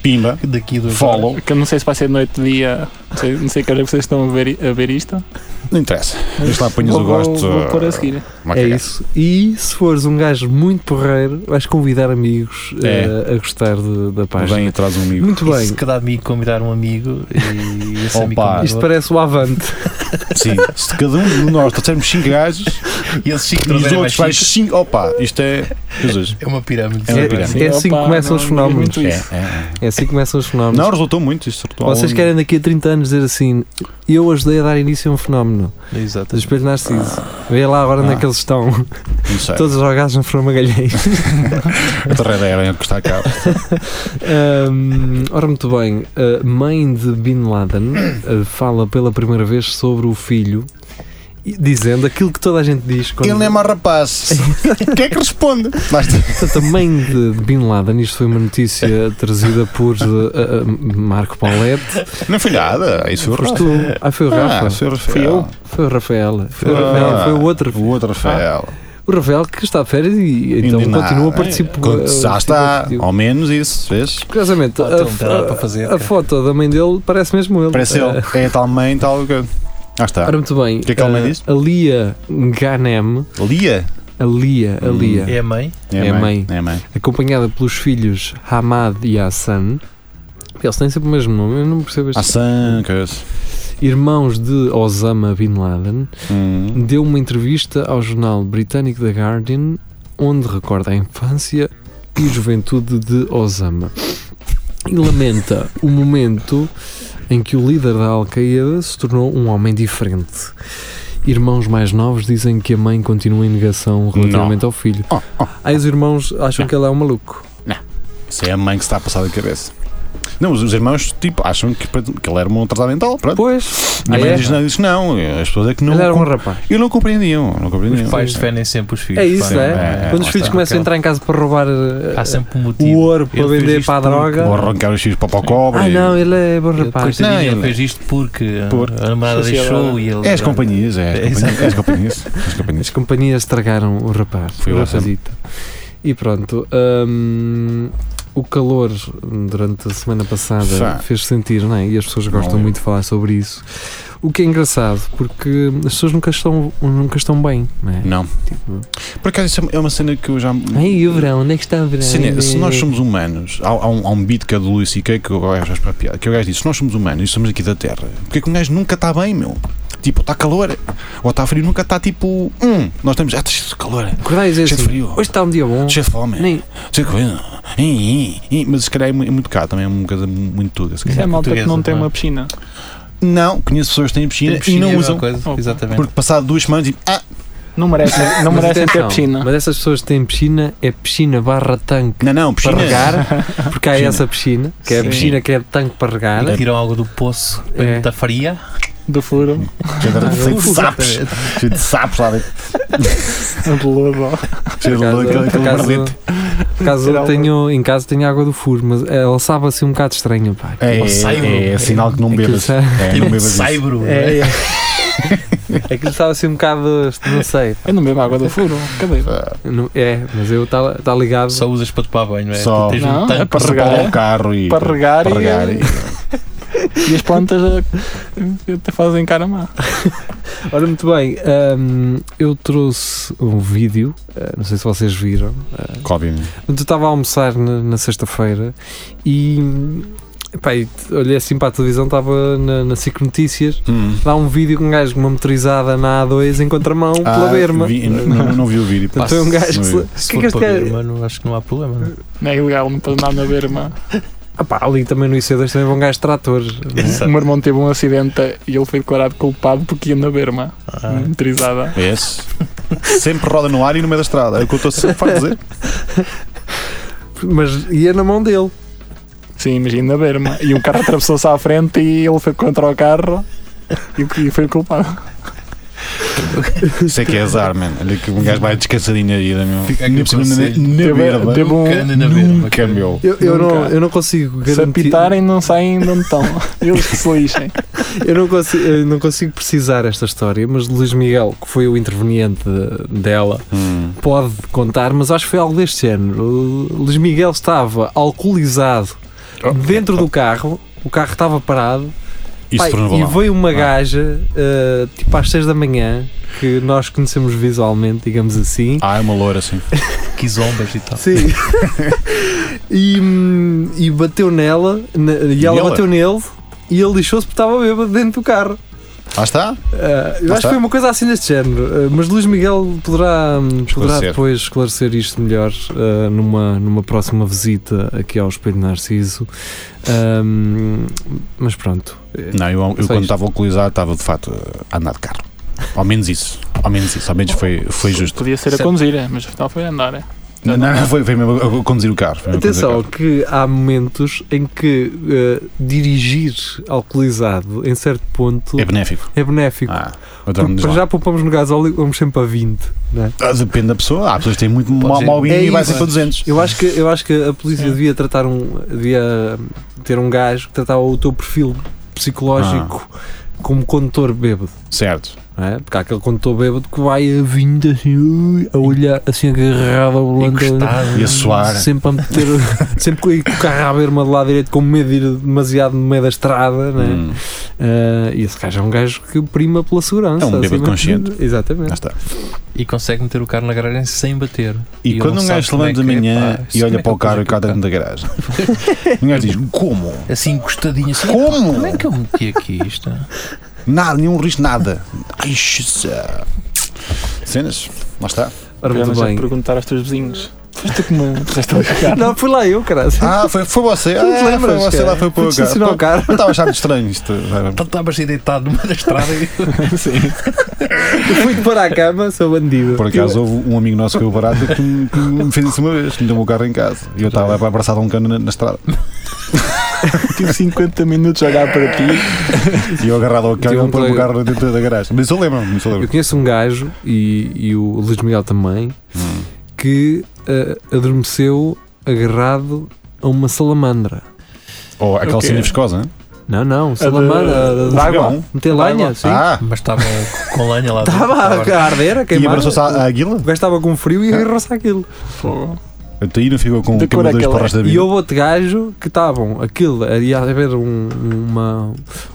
C: Pimba,
E: Daqui do
C: follow,
D: que eu não sei se vai ser de noite, dia, não sei, não sei que hora vocês estão a ver, i- a ver isto.
C: não interessa. Deixa lá apanhas
D: Vou-
C: o gosto.
D: Vou, vou pôr a seguir.
C: uma
B: É
C: cagada.
B: isso. E se fores um gajo muito porreiro, vais convidar amigos
C: É.
B: eh, a gostar de- da página.
C: Vem e traz um amigo.
B: Muito bem.
E: Se cada amigo convidar um amigo e esse
C: Opa.
E: amigo
B: Isto
E: convidou.
B: parece o Avante.
C: Sim, se cada um de nós trouxermos 5 gajos
E: E esses cinco
C: e os
E: trazerem é mais
C: outros vais
E: cinco.
C: 5. Opa, isto é. Jesus.
E: É uma pirâmide.
C: É uma pirâmide.
B: É assim que
D: Opa,
B: começam
D: não
B: os
D: digas
B: fenómenos.
D: muito isso.
C: É, é.
B: É assim que começam os fenómenos.
C: Não, resultou muito. Isto resultou um
B: Vocês
C: ao-
B: querem daqui a 30 anos dizer assim: eu ajudei a dar início a um fenómeno.
E: Exato.
B: Do espelho Narciso. Vê lá agora onde é
C: Ah.
B: que eles estão.
C: Não sei.
B: Todos jogados na Fran Magalhães.
C: A terreira era que está cá.
B: Hum, ora, muito bem. A mãe de Bin Laden eh, fala pela primeira vez sobre o filho, e- dizendo aquilo que toda a gente diz. Quando...
C: Ele é mau rapaz. Quem é que responde? Lá está.
B: Portanto, a mãe de Bin Laden, isto foi uma notícia trazida por eh, eh, Marco Paulette.
C: Não foi nada. Isso foi o
B: Foste
C: Rafael.
B: tu. Ah, foi o Rafa.
C: Ah, foi o Rafael.
D: Fui eu.
B: Foi o Rafael. Foi, o
C: Ah.
B: Rafael. Foi o outro.
C: O outro Rafael.
B: O Rafael que está de férias e então
C: Indignado.
B: continua a participar.
C: é. Quando- Já está.
B: participa-
C: Ao menos isso, vês?
B: Curiosamente,
E: Ah,
B: a,
E: então, tem nada para fazer,
B: a,
E: cara.
B: foto da mãe dele parece mesmo ele.
C: Parece
B: Eh,
C: ele. É a tal mãe, tal. que- Ah, está.
B: Ora, muito bem.
C: O que é que ele me
B: eh,
C: disse?
B: A Lia Ganem,
C: Lia.
B: a Lia, a
C: Hum.
B: Lia,
E: É a mãe?
B: É mãe.
C: É mãe.
B: acompanhada pelos filhos Hamad e Hassan. Eles têm sempre o mesmo nome, eu não percebo este.
C: Hassan, que é isso?
B: Irmãos de Osama Bin Laden,
C: Hum.
B: deu uma entrevista ao jornal britânico The Guardian, onde recorda a infância e juventude de Osama. E lamenta o momento em que o líder da Al-Qaeda se tornou um homem diferente. Irmãos mais novos dizem que a mãe continua em negação relativamente ao filho.
C: Oh, oh.
B: Aí os irmãos acham
C: Não.
B: que ele é um maluco.
C: Isso é a mãe que se está a passar da cabeça. Não, os, os irmãos, tipo, acham que, que ele era um atrasado mental. Pronto.
B: Pois,
C: Minha
B: ah,
C: mãe
B: é?
C: diz, não, diz que não. As pessoas é que não.
B: ele era um
C: com-
B: rapaz.
C: Eu não compreendiam. Não compreendiam.
E: Os pais defendem sempre os filhos.
B: É isso,
E: pá.
B: não
C: é?
B: Quando os
C: lá
B: filhos
C: está.
B: começam a entrar em casa para roubar eh,
E: Há sempre um
B: o
E: motivo.
B: ouro para
E: Ele fez
B: vender
E: isto
B: para a
E: porque-
B: droga.
C: Vou arrancar os filhos para o pobre.
B: Ah, não, ele é bom
E: Ele,
B: rapaz.
E: coitadinho,
C: Não,
E: ele
C: ele-
E: fez isto porque
C: Por-
E: a namorada
D: Sociedade.
E: deixou e ele.
C: É as companhias, é
E: É,
C: as companhias. É as companhias. é as
B: As
C: companhias.
B: companhias estragaram o rapaz,
C: Foi
B: o
C: lá
B: rapazito. E pronto, hum, o calor durante a semana passada
C: Fá.
B: fez sentir, não é? E as pessoas gostam
C: Não é?
B: muito de falar sobre isso. O que é engraçado, porque as pessoas nunca estão, nunca estão bem, não é?
C: Não.
B: Tipo,
C: Por acaso, isso é uma cena que eu já.
B: Ai, e o verão, onde é que está o verão?
C: Cena, se nós somos humanos, há, há um, há um beat que é do Luís C.K. que o gajo faz para a piada, que é o gajo diz: se nós somos humanos e somos aqui da Terra, porque é que um gajo nunca está bem, meu? Tipo, está calor, ou está frio, nunca está tipo. Hum, nós estamos. Ah, está cheio de calor,
B: Acordar e dizer
C: cheio de
B: assim,
C: frio,
B: hoje está um dia bom.
C: cheio de fome,
B: Nem,
C: cheio de coisa. Ih, ih, ih. Mas se calhar é mu- é muito caro também, é uma coisa muito tuga. se
D: Isso
C: calhar.
D: é malta que não
E: portuguesa,
D: tem
E: não é?
D: uma piscina.
C: Não, conheço pessoas que têm piscina,
E: Tem piscina,
C: e
E: é a
C: não
E: mesma
C: usam.
E: coisa.
D: Opa.
E: Exatamente.
C: Porque passado duas semanas, tipo, ah,
D: Não merecem, não
B: mas
D: merecem ter
B: atenção,
D: piscina.
B: Mas essas pessoas que têm piscina, é piscina barra tanque
C: não, não, piscina.
B: para regar, porque há
C: Piscina.
B: essa piscina, que é a
C: Sim.
B: piscina que é tanque para regar.
E: Tiram algo do poço
B: É.
E: da faria
D: do furo,
C: Cheio de sapos. Cheio de sapos lá dentro.
D: do lobo.
C: Cheio de aquele
B: Por
C: aquele
B: acaso-
C: merdete.
B: Por acaso
D: Tirar uma-
B: tenho, em casa tenho água do furo, mas ela sabe assim um bocado estranho, pá.
C: É,
E: saiba.
C: é, é sinal que não
B: Aquilo
C: bebas.
B: sabe-
C: É, não bebas isso.
E: Saibro.
B: É, é. Aquilo estava assim um bocado, não sei.
D: Eu não bebo É água do furo, cadê?
B: Não- É, mas eu está tá ligado.
E: Só usas para tomar banho, não é?
C: Só.
E: Tu Tens
D: Não,
E: um
D: é para
E: tanque
C: Passa
D: regar,
C: para lá
D: é?
C: o carro e.
D: Para regar
C: para
D: e-
C: regar e-
D: E as plantas eh, até fazem cara má.
B: Ora, muito bem, hum, eu trouxe um vídeo, eh, não sei se vocês viram. eh,
C: Covid.
B: Mas eu estava a almoçar na, na sexta-feira e, pá, e t- olhei assim para a televisão, estava na, na SIC Notícias, lá um vídeo com um gajo com uma motorizada na A2 em contramão pela
C: Ah,
B: berma.
C: vi- não, não- não vi o vídeo.
B: Portanto, é um gajo que se-
C: Não vi.
B: que é
E: Se
B: que
E: for
B: este
E: para
B: gajo-
E: ver, mano, acho que não há problema. não é?
D: Não é ilegal, não pode andar na berma.
B: Ah pá, ali também no IC2 também vão um gajo de trator. não é?
D: O
E: Exato.
D: meu irmão teve um acidente e ele foi declarado culpado porque ia na berma.
E: Ah.
D: Motorizada.
C: É esse. Sempre roda no ar e no meio da estrada. É o que eu estou sempre a dizer.
B: Mas ia na mão dele.
D: Sim, imagina na berma. E o carro atravessou-se à frente e ele foi contra o carro e e foi o culpado.
C: Isso é que é azar, man. Olha que um gajo vai descansadinho aí, é meu.
E: Fica aqui
C: Nem
E: o
C: precisa
E: conselho.
C: na- na
D: Teve-
C: merda.
D: teve um-
E: Nunca anda na berma,
C: Nunca,
E: cara.
C: é meu.
B: Eu, eu não,
D: Nunca.
B: eu não consigo
D: Se
B: garantir.
D: apitarem, não saem de onde estão. Eles que se lixem.
B: Eu não, consigo, eu não consigo precisar esta história, mas Luís Miguel, que foi o interveniente de- dela,
C: Hum.
B: pode contar, mas acho que foi algo deste género. O Luís Miguel estava alcoolizado dentro do carro, o carro estava parado,
C: Isso um
B: Pai,
C: tornou
B: e
C: lá.
B: veio uma gaja, eh, tipo às 6 da manhã, que nós conhecemos visualmente, digamos assim,
C: Ah, é uma loira, sim.
E: Quizombas e
C: Tá.
E: tal.
B: Sim. e, hum, e bateu nela, na- e ela
C: Nela?
B: bateu nele, e ele lixou-se porque estava bêbado dentro do carro.
C: Lá está.
B: Ah, eu
C: Lá
B: acho
C: está.
B: que foi uma coisa assim deste género. Ah, mas Luís Miguel poderá, hum, poderá
C: Esclarecer.
B: depois esclarecer isto melhor ah, numa, numa próxima visita aqui ao Espelho Narciso. Ahm, mas pronto. Eh,
C: Não, eu, eu
B: Só
C: quando
B: isto.
C: estava alcoolizado estava de facto a andar de carro. Ao menos isso. Ao menos isso. Ao menos foi, foi justo.
D: Podia ser a
E: Certo.
D: conduzir, é, mas afinal foi a andar. é.
C: Não, não, não, foi, foi mesmo a- a conduzir o carro. Foi mesmo a conduzir o
B: Atenção,
C: carro.
B: que há momentos em que ah, dirigir alcoolizado em certo ponto
C: É benéfico.
B: é benéfico.
C: Ah, então,
B: Porque
C: diz
B: para
C: lá.
B: já poupamos no gasóleo, vamos sempre a 20. não é?
C: Ah, Depende da pessoa. Há pessoas que têm muito mau
E: ser.
C: mau vinho
B: É
C: e vai
B: isso.
C: sempre a 200.
B: Eu acho que, eu acho que a polícia devia tratar um. devia ter um gajo que tratava o teu perfil psicológico
C: Ah.
B: como condutor bêbado.
C: Certo.
B: não é? Porque há aquele condutor bêbado que vai a 20 assim, ui, a olhar assim agarrado ao volante.
E: Encostado.
C: E a suar.
B: Sempre a meter, sempre com com o carro à berma de lado direito, com medo de ir demasiado no meio da estrada, não é?
E: né?
C: Hum,
B: Ah, e esse gajo é um gajo que prima pela segurança.
C: É um bêbado
B: acima de
C: consciente.
B: tudo. Exatamente.
C: lá está.
E: E consegue meter o carro na garagem sem bater.
C: E,
E: E
C: quando
E: ele
C: um
E: não
C: gajo se
E: sabe
C: levanta da
E: como é que é,
C: manhã
E: pá,
C: e
E: como
C: olha para o
E: é que eu
C: carro e
E: pus
C: cá
E: aqui o
C: dentro da garagem, um gajo diz: Como?
E: Assim encostadinho assim.
C: Como?
E: Como é que eu meti aqui isto?
C: Nada, nenhum risco, nada. Ai, xisa. Cenas, lá está.
B: Ora, muito
D: Vamos a
B: bem.
D: perguntar aos teus vizinhos. Foste tu que me puseste ali o carro.
B: Não, fui lá eu, caralho.
C: Ah, foi, foi você. Ah,
B: Tu te
C: foi
B: lembras,
C: você
B: cara?
C: lá, foi para
B: Fui
C: o
B: estacionar o
C: carro.
B: carro.
C: Eu estava achando estranho isto.
E: Então
C: tá,
E: estavas aí deitado numa da estrada e
B: Eu fui de pôr à cama, sou bandido.
C: Por acaso houve um amigo nosso que eu barato que me, que me fez isso uma vez, que me deu o meu carro em casa. E eu estava abraçado a um cano na, na estrada.
D: Tive 50 minutos a olhar para ti.
C: E eu agarrado ao cano e
B: Tinha um
C: ele pôr o meu
B: colega.
C: carro dentro da garagem. Mas eu lembro-me, mas eu
B: Eu
C: lembro.
B: conheço um gajo, e, e o Luís Miguel também,
C: Hum.
B: que ah, adormeceu agarrado a uma salamandra.
C: Ou a calcinha
D: Ok.
C: viscosa, hein?
B: Não, não, salamandra
D: de-
B: de água.
C: fogão?
B: Meter
D: água.
B: lenha, sim.
C: Ah,
E: Mas estava com lenha lá dentro.
B: Estava
E: Estava-
B: a arder, a
C: e
B: queimar.
C: abraçou-se à É. à
B: O
C: aguila?
B: gajo estava com frio e agarrou-se àquilo.
D: Fogo.
C: Até Então aí não ficou com
D: De cor
C: uma das
D: aquela.
C: porras da
B: é. E
C: vida.
B: houve outro gajo que estavam, aquilo, ia haver um, uma-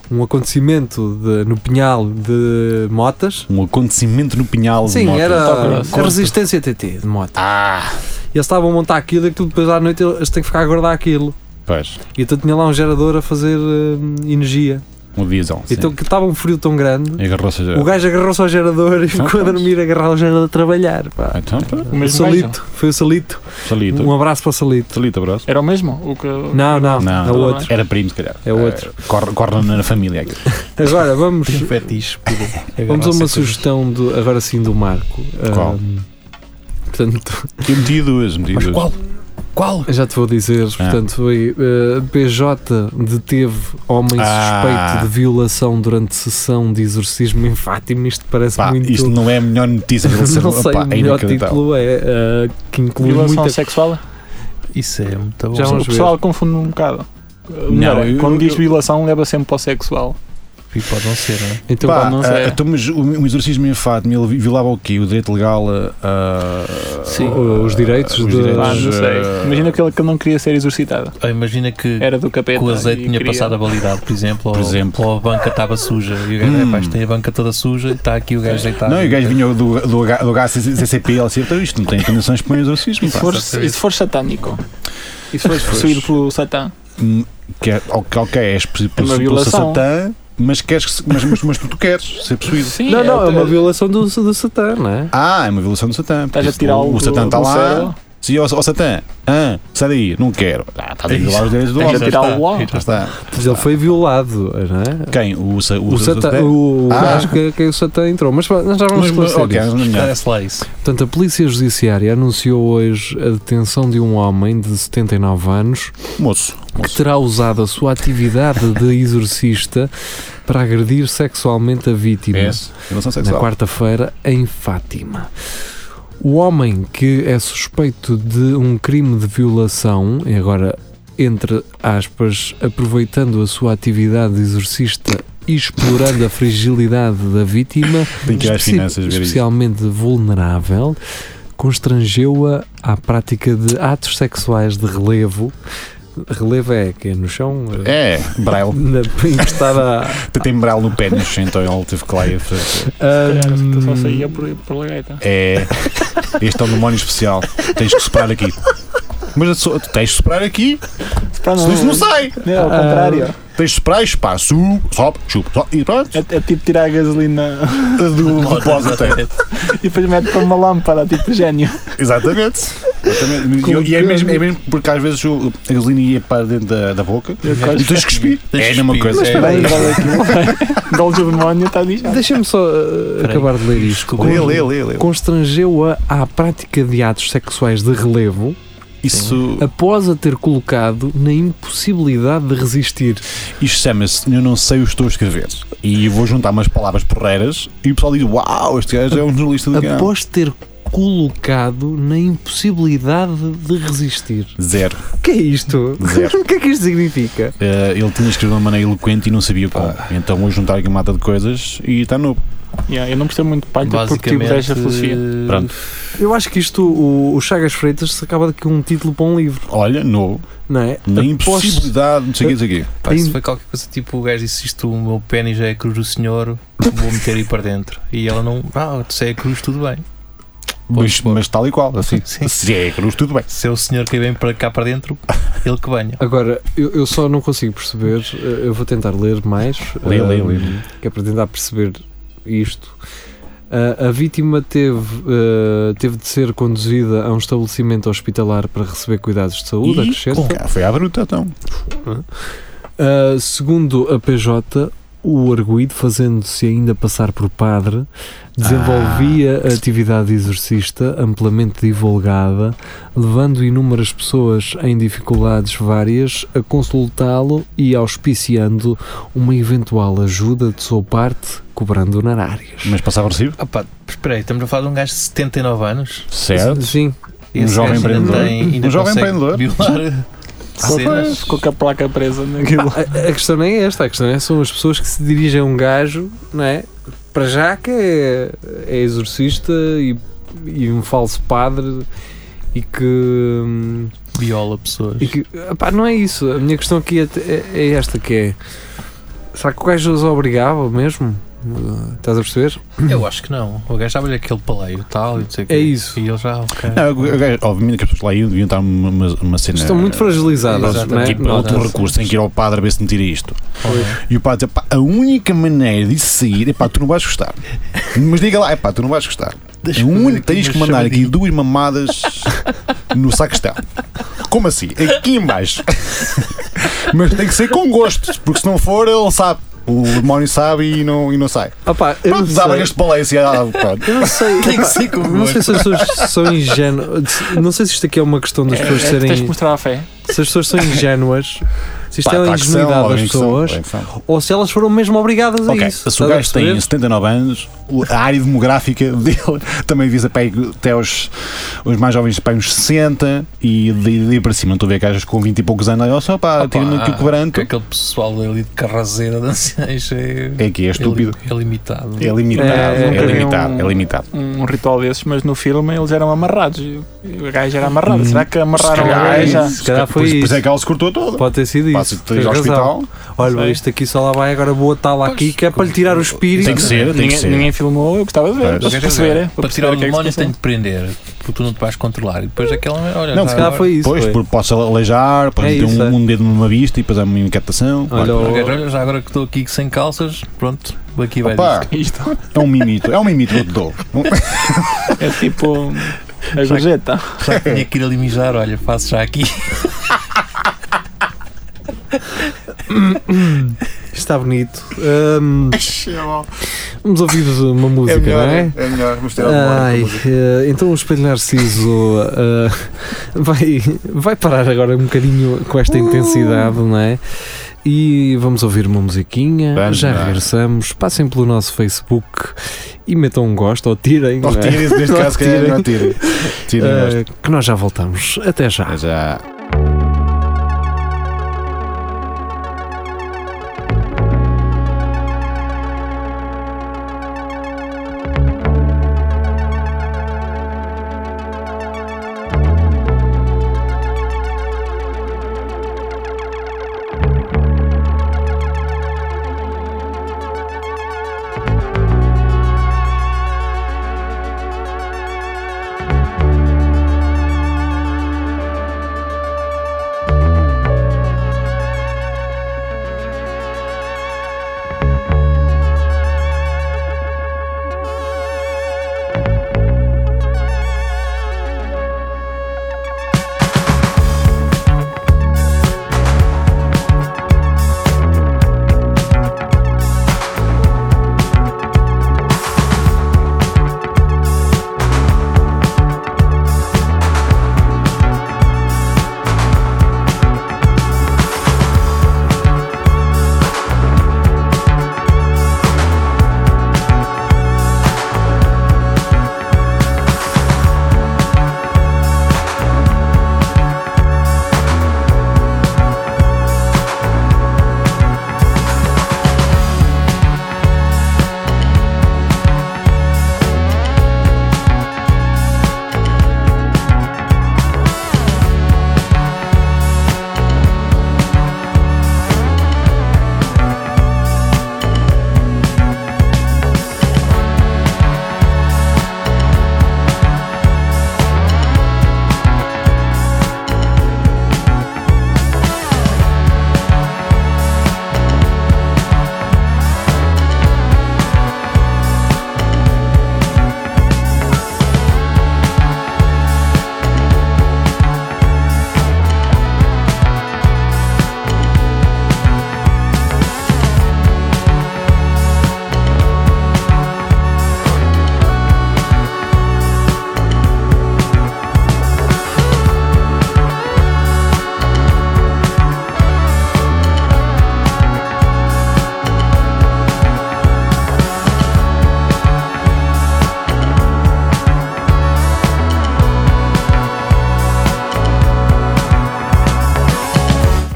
B: um acontecimento de- no pinhal de motas.
C: Um acontecimento no pinhal de
B: Sim,
C: moto.
B: era
D: Motas.
B: a resistência TT de moto.
C: Ah,
B: E eles estavam a montar aquilo e aquilo depois à noite eles têm que ficar a guardar aquilo.
C: pois.
B: E então tinha lá um gerador a fazer hum, energia.
C: Um diesel. sim. É.
B: Então que estava um frio tão grande,
C: E agarrou-se já.
B: o gajo agarrou-se ao gerador e ficou a dormir agarrado ao gerador a trabalhar. Pá.
C: Então, pá,
D: O
B: O
D: mesmo gajo?
B: Salito, foi o Salito.
C: Salito.
B: Um abraço para o Salito.
C: Salito, abraço.
D: Era o mesmo? O que...
B: Não, não,
C: Não.
B: é outro.
C: Era primo, se calhar.
B: É outro.
C: Eh, Corre, corre na família. aqui.
B: Agora vamos,
E: Tem um fetiche. por-
B: vamos a uma
E: agarrar-se coisas.
B: sugestão do, agora sim do Marco.
C: Qual?
B: Hum, portanto,
C: Eu meti duas, meti
E: Mas
C: duas.
E: qual? Qual?
B: Já te vou dizer,
C: Ah.
B: portanto, foi eh, PJ deteve homem
C: Ah.
B: suspeito de violação durante sessão de exorcismo em Fátima. Isto parece
C: Pá,
B: muito.
C: isto não é a melhor notícia que
B: não
C: ele ser
B: sei,
C: Pá,
B: o
C: é
B: melhor
C: inacreditável.
B: título é eh, que inclui
D: Violação
B: muita
D: sexual?
F: Isso é muito bom.
B: Já
D: O
B: vamos ver.
D: pessoal confunde um bocado. Melhor, é,
C: eu-
D: quando diz
C: eu-
D: violação, leva sempre para o sexual.
F: E pode não ser,
E: né?
F: não é?
B: Então,
C: Pá,
B: pá, não
C: ah,
D: sei.
C: então, mas o, o exorcismo em Fátima, ele vi- violava o quê? O direito legal eh, a- a.
B: Sim. Os direitos
C: os
B: de-
C: direitos,
D: Ah, não sei.
C: ah,
D: Imagina aquele que não queria ser exorcitado.
E: Ah, imagina que,
D: Era do capeta.
E: que o azeite
D: e
E: tinha
D: queria-
E: passado a validade, por exemplo,
C: Por
E: ou,
C: exemplo.
E: ou a banca estava suja. E o gajo,
C: Hum.
E: "Epá, isto tem a banca toda suja e está aqui o gajo deitado.
C: Não, e o gajo vinha do, do, H- do HCCP, ele disse, "Então isto não tem condições para um exorcismo.
D: E se
C: pá."
D: for,
E: saber.
D: e se for satânico? E se for possuído pelo satã?
C: Hum, que é, ok, ok, és possuído
D: uma
C: pelo
D: violação.
C: Satã, mas, queres, que se- mas, mas, mas tu, tu queres ser possuído.
D: Sim,
B: não, não, é uma
D: outra-
B: violação do, do Satã, não é?
C: Ah, é uma violação do Satã.
D: Estás a
C: porque
D: tirar
C: o,
D: o-
C: o Satã está
D: o
C: lá.
D: cérebro.
C: Sim, ó, ó Satã, ah, sai daí, não quero. Ah, está a violar os direitos do
D: Tens de
C: homem.
D: tirar o ó.
E: Tá. Então,
C: Já está.
B: Mas ele foi violado, não é?
C: Quem? O, sa, o,
B: O Satã, o,
C: Ah.
B: acho que, que o Satã entrou, mas pá, nós já vamos
C: Mas, mas,
B: esclarecer
C: ok,
B: isso.
C: mas melhor.
E: Parece lá isso.
B: Portanto, a Polícia Judiciária anunciou hoje a detenção de um homem de 79 anos
C: Moço,
B: que
C: moço.
B: terá usado a sua atividade de exorcista para agredir sexualmente a vítima
C: PS, violação
B: na
C: sexual.
B: quarta-feira em Fátima. O homem que é suspeito de um crime de violação, e agora entre aspas, aproveitando a sua atividade de exorcista e explorando a fragilidade da vítima,
C: Tem que ir às
B: especi-
C: finanças ver isso.
B: especialmente vulnerável, constrangeu-a à prática de atos sexuais de relevo. Relevo é que é no chão, é.
C: É, braille.
B: Na, encostada
C: Tem braille no pênis, então ele teve que lá ir fazer.
D: Calhar, a situação saía
B: à.
D: por, por lagarta.
C: É. Este é um demónio especial. Tens que soprar aqui. Mas a so- tens de soprar aqui,
D: Para
C: se isso não sai.
D: Não, é ao contrário.
C: Tens de soprar espaço, sobe, chupa, sobe, e pronto.
D: É, é tipo tirar a gasolina
C: Do repósito.
D: e depois mete para uma lâmpada, tipo gênio.
C: Exatamente. Exatamente. E- E é mesmo, é mesmo porque às vezes o- a gasolina ia para dentro da, da boca
D: Eu
C: e
D: gosto.
C: tens de cuspir.
E: Tens
C: É
E: de
C: a mesma
E: cuspir,
C: coisa.
E: mas
C: É.
E: espera
D: Bem, agora aquilo. Dol um- de tá demónio está disto.
B: Deixa-me só uh, acabar de ler isto.
C: Lê, lê, lê, lê.
B: Constrangeu-a à prática de atos sexuais de relevo
C: Isso,
B: após a ter colocado na impossibilidade de resistir.
C: isto chama-se Eu Não Sei O que Estou a Escrever. E vou juntar umas palavras porreiras e o pessoal diz: Uau, este gajo é um jornalista do canal.
B: Após ter colocado na impossibilidade de resistir.
C: Zero,
B: O que é isto?
C: zero.
B: O que é que isto significa?
C: Eh, ele tinha escrito de uma maneira eloquente e não sabia como. Então vou juntar aqui uma mata de coisas e está no.
D: Yeah, eu não percebo muito palha porque tipo
E: Basicamente,
D: desta filosofia.
C: Pronto.
B: Eu acho que isto, o, o Chagas Freitas, se acaba de com um título para um livro,
C: Olha, novo.
B: não é?
C: Na
B: Após-
C: impossibilidade, não sei o que, não sei o quê.
E: Pá, isso foi qualquer coisa tipo o gajo disse isto, o meu pênis é a cruz do senhor, vou meter aí para dentro. E ela não, ah, se é a cruz, tudo bem.
C: Mas, mas tal e qual, assim.
E: Sim.
C: Se é cruz, tudo bem.
E: Se é o senhor que vem para cá para dentro, ele que venha.
B: Agora, eu, eu só não consigo perceber, eh, eu vou tentar ler mais.
C: Lê, lê,
B: eh,
C: lê.
B: Que é para tentar perceber isto. Ah, a vítima teve, eh, teve de ser conduzida a um estabelecimento hospitalar para receber cuidados de saúde,
C: Ih,
B: acrescenta.
C: com- Foi à bruta, então.
B: Uh, segundo a PJ, o arguído, fazendo-se ainda passar por padre, desenvolvia
C: Ah.
B: a atividade de exorcista amplamente divulgada, levando inúmeras pessoas em dificuldades várias a consultá-lo e auspiciando uma eventual ajuda de sua parte, cobrando honorários.
C: Mas passava recibo?
E: Ah pá, espera aí, estamos a falar de um gajo de 79 anos.
C: Certo.
B: Sim,
E: E
C: Um
E: esse
C: jovem
E: gajo ainda
C: empreendedor.
E: tem- ainda
C: Um jovem
E: consegue
C: empreendedor. Ah,
E: Violar
D: Ficou,
E: cenas.
D: ficou com a placa presa naquilo.
B: a, a questão nem é esta, a questão é são as pessoas que se dirigem a um gajo, não é? Para já que é, é exorcista e, e um falso padre e que, hum,
E: Viola pessoas.
B: e que epá, não é isso. A minha questão aqui é, é- é esta que é será que o gajo os obrigava mesmo? Uh, Estás a perceber?
E: Eu acho que não. O gajo estava-lhe aquele paleio e tal, e não sei o quê.
B: É isso.
E: E ele já, ok.
C: Não, o gajo- obviamente que as pessoas lá iam deviam estar numa uma, uma cena.
B: Estão muito fragilizadas, não é?
E: Exatamente.
C: Tipo,
B: Não,
C: outro
E: não.
C: recurso, tem que ir ao padre a ver se me tira isto.
E: Olha,
C: E o padre diz: "Pá, a única maneira de sair é pá, tu não vais gostar. Mas diga lá, é pá, tu não vais gostar.
E: deixa-me
C: É
E: fazer
C: único,
E: aqui
C: tens
E: uma
C: que mandar aqui
E: chamadinha.
C: duas mamadas no sacristão. Como assim? Aqui em baixo. Mas tem que ser com gosto, porque se não for, ele sabe. O demónio sabe e não, e não sai.
B: Opá, eu
C: Pronto,
B: não
C: dá
B: sei.
C: este balanço e ah, pronto.
B: Eu não sei,
E: Tem que
B: epá,
E: ser com
B: não
E: humor.
B: sei se as pessoas são ingênuas. Não sei se isto aqui é uma questão das pessoas
D: É, tens de
B: serem.
D: mostrar a fé.
B: Se as pessoas são ingênuas, se isto
C: Pá,
B: é a
C: claro que são,
B: ingenuidade das
C: alguém que são,
B: pessoas,
C: alguém que são.
B: ou se elas foram mesmo obrigadas a
C: Ok,
B: isso.
C: se o
B: estás a
C: gajo tem
B: perceber?
C: 79 anos, o- a área demográfica dele também visa pá, aí até os, os mais jovens para uns 60 e de, de para cima. Estou a ver gajas com 20 e poucos anos, olha só, pá, tira-me aqui o
E: que
C: cobrante.
E: aquele pessoal ali de carraseira de anciãs é,
C: É que é estúpido.
E: é, limitado.
C: É limitado,
B: É,
C: é,
B: nunca vi
C: limitado,
D: um-
C: é limitado.
D: Um ritual desses, mas no filme eles eram amarrados. E O gajo era amarrado. Será que amarraram a
B: calhar é
D: gaja?
B: isso. se calhar foi
C: Pois- pois
B: isso.
C: é que ela se cortou toda.
B: Pode ter sido
C: Passa
B: isso.
C: de
B: Tens
C: ao
B: razão.
C: hospital.
B: Olha,
D: Sei.
B: isto aqui só lá vai agora boa tala aqui
E: Pois,
B: que é para lhe tirar o espírito.
C: Tem que ser, tem que
D: Ninguém,
C: ser.
D: ninguém filmou, eu gostava de ver.
C: Pois.
D: Para perceber, é?
E: Para
D: perceber
E: tirar o
D: que é que se
E: demónio
D: passou.
E: tem de prender, porque tu não te vais controlar. E depois aquela, olha,
C: Não,
E: tá
C: se
B: calhar
E: agora-
B: foi isso.
C: Depois,
B: foi.
C: porque posso aleijar, depois
B: É
C: ter
B: isso,
C: um,
B: é.
C: um dedo numa vista e depois há uma inquietação.
B: Olha,
C: Olha,
E: Ok,
B: o-
E: olha, já agora que estou aqui sem calças, pronto, aqui vai
C: Opa,
E: disto.
D: Isto
C: é um mimito, é um mimito que eu te dou.
D: é tipo a gorjeta.
E: Já que tinha que ir ali mijar, olha, faço já aqui.
B: Isto está bonito. Hum, vamos ouvir uma música, não é?
C: melhor, mas
B: Ai, eh, então o Espelho Narciso eh, vai, vai parar agora um bocadinho com esta intensidade, não é? E vamos ouvir uma musiquinha,
C: Vamos
B: já
C: lá.
B: regressamos. Passem pelo nosso Facebook e metam um gosto ou tirem, não é?
C: neste
B: Não
C: caso, que é,
B: tirem.
C: não tirem. Tirem, um
B: Eh,
C: gosto.
B: que nós já voltamos. Até já.
C: Mas já.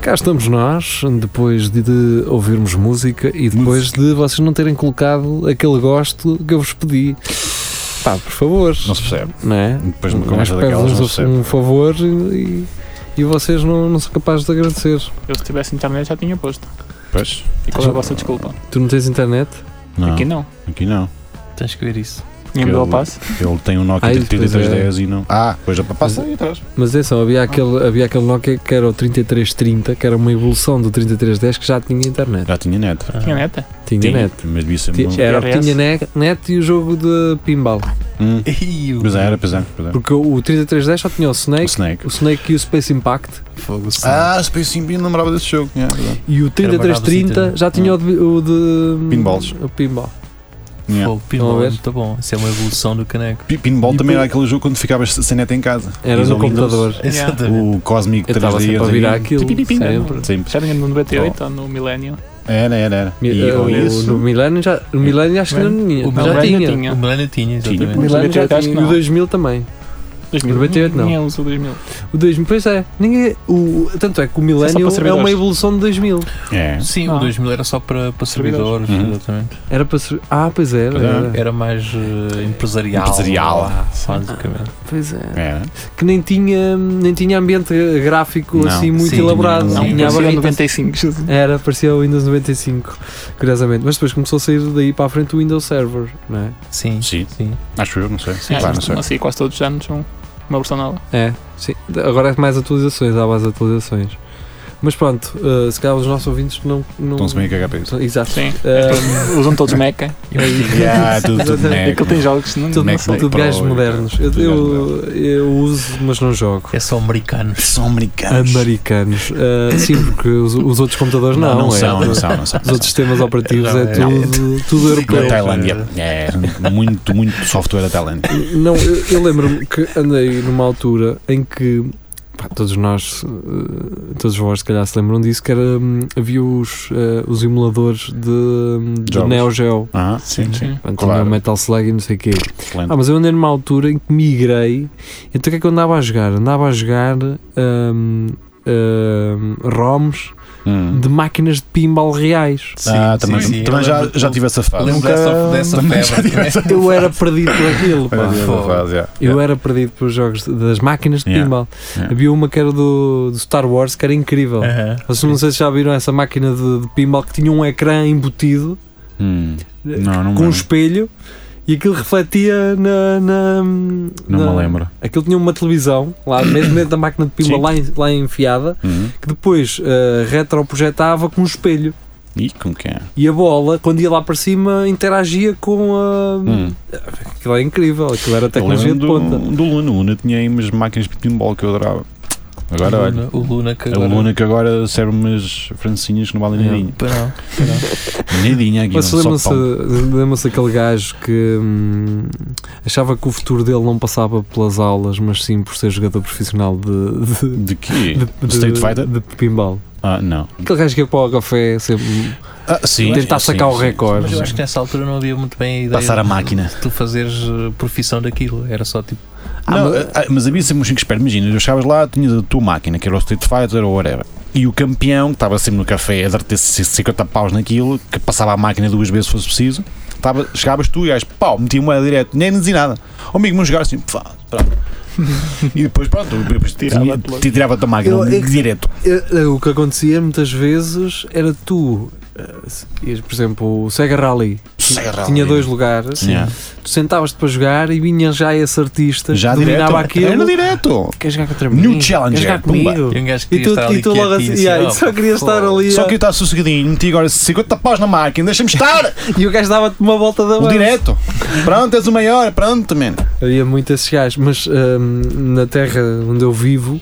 B: Cá estamos nós, depois de, de ouvirmos música e depois de vocês não terem colocado aquele gosto que eu vos pedi. Pá, por favor.
C: Não se percebe.
B: Não é?
C: Depois de uma
B: Nós
C: conversa daquelas, não
B: pedimos-vos
C: se percebe.
B: um favor e, e vocês não, não são capazes de agradecer.
D: Eu se tivesse internet já tinha posto.
B: assim.
C: Pois.
D: E qual é a vossa desculpa?
B: Tu não tens internet?
C: Não,
D: Aqui não.
C: Aqui não.
E: Tens que ver isso.
D: Em
C: Que
D: Belo
C: ele-
D: Passo.
C: Ele tem um Nokia
B: Ai, é.
C: 3310 e não. Ah, pois já passa aí atrás.
B: Mas atenção, havia aquele, havia aquele Nokia que era o 3330, que era uma evolução do 3310 que já tinha internet.
C: Já tinha net.
D: Tinha neta.
B: Tinha, net.
C: Mas devia ser
B: Ti-
C: bom.
B: Era, o que
D: RS.
B: tinha net, net e o jogo de pinball.
C: Hum.
E: Ih, o
C: Pois é, era, pois é, pois é.
B: Porque o 3310 só tinha o
C: O
B: Snake,
C: Snake.
B: é o Snake e o Space Impact.
E: fogo assim.
C: Ah, Space Simbi lembrava desse jogo. Yeah, é verdade.
B: E o
E: Era uma
B: 3330
E: navecita.
B: já tinha o de. O de
C: Pinballs.
B: O pinball.
C: Yeah.
F: Pô, pinball é
B: ver?
F: muito bom. Isso é uma evolução do caneco.
C: Pi- Pinball
B: E
C: também
B: pin-
C: era aquele jogo quando ficavas sem net em casa.
B: Era
C: Tinhas
B: no
C: o Windows,
B: computador.
E: Exatamente.
C: O Cosmic
B: Eu estava
C: 3D.
B: sempre a virar
C: assim.
B: aquilo.
D: Pipipipim,
B: Sempre.
C: Sempre.
D: Já tinha no 98 ou no Millennium.
C: Era, era, era.
B: Mi- eh,
C: E
B: o-
C: olha isso.
B: no Millennium já, no Millennium acho que não tinha.
F: O
B: mas
D: Não,
B: já
D: o Millennium
B: tinha.
F: O Millennium tinha,
B: O
C: Tinha,
F: exatamente.
D: pois.
B: Millennium já
D: 98 acho
B: tinha.
D: que
B: E o
D: não.
B: 2000 também.
D: 2000.
B: 98 não.
D: Ninguém usa o 2000.
B: O 2000, pois é. Ninguém, o, tanto é que o
D: para
B: Millennium é
D: servidores.
B: uma evolução de 2000.
C: É.
F: Sim,
D: Ah.
F: o 2000 era só para, para servidores,
C: Servidores. Uhum.
F: exatamente.
B: Era para ser. Ah, pois é.
C: Pois é.
B: Era.
F: Era mais eh, empresarial.
C: Empresarial.
F: Ah, basicamente.
B: Pois é.
C: Era.
B: Que nem tinha, nem tinha ambiente gráfico
C: Não.
B: assim muito
F: Sim,
B: elaborado.
F: não.
D: Não,
F: Sim,
B: Tinha
D: tinha
B: a
D: o
B: barrita.
D: 95. Jesus.
B: Era, parecia o Windows 95, curiosamente. Mas depois começou a sair daí para a frente o Windows Server, não é?
F: Sim,
C: Sim,
F: sim.
C: acho eu, não sei.
D: É,
C: Claro, não
D: mas
C: sei.
D: assim, quase todos os anos são uma versão nova.
B: É, sim. Agora é mais atualizações, há mais atualizações. Mas pronto, eh, se calhar os nossos ouvintes não. não
C: Estão-se bem a cagar para isso.
B: Exato.
D: Sim.
B: Eh,
D: Usam todos Mecha.
C: Yeah, tudo, tudo
B: Exatamente.
D: É que
C: Mac,
D: ele tem jogos, não,
B: tudo,
D: não
C: Mac
D: sei.
B: tudo
C: Pro,
B: gajos
C: cara.
B: modernos. Eu,
C: Tudo
B: eu, eu uso, mas não jogo.
F: É só americanos.
C: São americanos.
B: Americanos. Eh, sim, porque os, os outros computadores não.
C: não,
B: é.
C: são, não são, não são.
B: Os outros sistemas operativos
F: Não,
B: é,
F: é.
B: tudo, tudo europeu.
C: Na Tailândia. É, muito, muito software da Tailândia.
B: Não, eu, eu lembro-me que andei numa altura em que pá, todos nós, eh, todos vós se calhar se lembram disso, que era, hum, havia os, eh, os emuladores de, de
C: Jogos.
B: Neo Geo.
C: Ah, sim, sim.
D: Sim.
B: Portanto,
C: Claro.
B: tinha o Metal Slug e não sei o quê.
C: Excelente.
B: Ah, mas eu andei numa altura em que migrei. Então o que é que eu andava a jogar? Andava a jogar hum, hum, ROMs
C: Hum.
B: de máquinas de pinball reais.
C: Ah, também,
E: sim, sim.
C: também
E: Eu
C: já,
E: lembro-
C: já tive essa fase.
E: Lembro dessa, dessa
C: também já
E: febre.
C: tive
F: né?
C: essa-
B: Eu era perdido por aquilo.
C: já
B: Pá.
C: tive essa
E: fogo.
C: fase, já.
B: Eu era perdido pelos jogos de- das máquinas de
C: Yeah.
B: pinball.
C: Yeah.
B: Havia uma que era do, do Star Wars que era incrível.
C: É.
F: Aham.
B: Vocês não sei se já viram essa máquina de, de pinball que tinha um ecrã embutido
C: Hum.
B: eh,
C: Não, não me
B: com um
C: lembro.
B: espelho e aquilo refletia na. na-
C: Não
B: na-
C: me lembro.
B: Aquilo tinha uma televisão lá mesmo dentro da máquina de pinball
C: Sim.
B: lá, en- lá enfiada
C: Hum.
B: que depois eh, retroprojetava com um espelho
C: Ih, como que é?
B: e a bola quando ia lá para cima interagia com a.
C: Hum.
B: Aquilo era incrível, aquilo era tecnologia
C: Eu
B: de
C: lembro
B: ponta.
C: Do, do Luna. O Luna tinha aí umas máquinas de pinball que eu adorava. Agora, olha.
F: O Luna que
C: A
F: agora...
C: Luna que agora serve umas francinhas que não valem
B: É.
C: nadinha.
F: Pá, não.
C: Nadinha aqui,
B: Mas
C: não
B: lembra-se
C: só pão.
B: lembra daquele gajo que hum, achava que o futuro dele não passava pelas aulas, mas sim por ser jogador profissional de, de,
C: De quê?
B: de-
C: Street
B: de-
C: Fighter?
B: de pinball.
C: Ah, não.
B: Aquele gajo que ia para o café sempre
C: Ah, sim.
B: tentar
C: sim,
B: sacar o
C: sim.
F: Mas
B: recorde. é
F: eu acho que nessa altura não havia muito bem a ideia
C: Passar a
F: de-
C: máquina.
F: de tu fazeres eh, profissão daquilo. Era só tipo.
C: Ah,
B: Não,
C: mas, ah, mas havia sempre um chico esperto. Imagina, eu chegavas lá, tinhas a tua máquina, que era o Street Fighter ou whatever. E o campeão, que estava sempre no café a dar-te 50 paus naquilo, que passava a máquina duas vezes se fosse preciso, estava, chegavas tu e gajo, pau, metia moeda direto, nem dizia nada. O amigo meu jogava assim, pá, pronto. e depois, pronto, depois
D: Tirava-te logo.
C: te tirava da máquina
B: Eu- eu-
C: direto.
B: Eh, O que acontecia muitas vezes era tu, eh, se- ias, por exemplo, o Sega Rally
C: Serra
B: tinha
C: ali.
B: dois lugares,
C: Yeah.
B: tu sentavas-te para jogar e vinha já esse artista
C: Já
B: que
C: direto. Hum.
B: dominava
C: Era
B: aquilo.
C: direto.
B: Quer jogar contra mim?
C: New
B: Queres
C: challenger,
B: jogar
C: pumba.
B: comigo?
F: E um gajo que
B: E
F: queria
B: tu,
F: estar
B: e
F: ali
B: tu logo
F: quietinho,
B: assim, yeah,
F: "Oh,
B: só queria
F: pô,
B: estar ali.
C: Só
B: ó.
C: que eu estava sossegadinho, meti agora 50 paus na máquina, deixa-me estar!
B: E o gajo dava-te uma volta da
C: o
B: mão.
C: direto! Pronto, és o maior, pronto, man.
B: Havia muito esses gajos, mas hum, na terra onde eu vivo,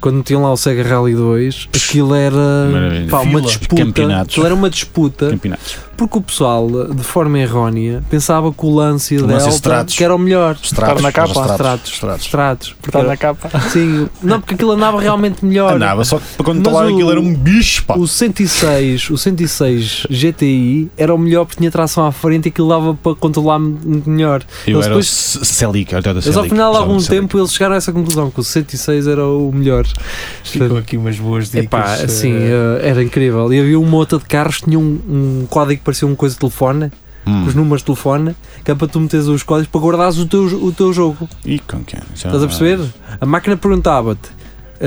B: quando tinham lá o Sega Rally 2, aquilo era
C: Maravilha.
B: pá, uma
F: Fila.
B: disputa.
C: Campeonatos.
B: Aquilo era uma disputa
C: Campeonatos.
B: porque o pessoal, de forma errónea, pensava que o lance
C: O é Lancia
B: Delta
C: Stratos.
B: que era o melhor.
C: Estratos,
D: na capa.
C: os estratos,
B: Estratos.
C: estratos.
B: Tratos.
D: Portado na capa.
B: Sim, não, porque aquilo andava realmente melhor.
C: Andava, só que para quando
B: Mas
C: estava
B: o-
C: aquilo era um bicho, pá.
B: O 106, o 106 GTI era o melhor porque tinha tração à frente e aquilo dava para controlar melhor.
C: Eu
B: eles
C: era o
B: depois-
C: C- Celic, olha o
B: Mas ao final
C: Celic,
B: de
C: gostava
B: algum
C: do Celic.
B: tempo eles chegaram a essa conclusão que o 106 era o melhor.
F: Ficam aqui umas boas dicas.
B: Epá,
F: eh,
B: assim, eh, era incrível. E havia uma outra de carros que tinha um, um código que parecia uma coisa de telefone, com os
C: Hum.
B: números de telefone, que é para tu meteres os códigos para guardares o teu, o teu jogo.
C: Ih, com quem? Já-
B: Estás a perceber? A máquina perguntava-te: eh,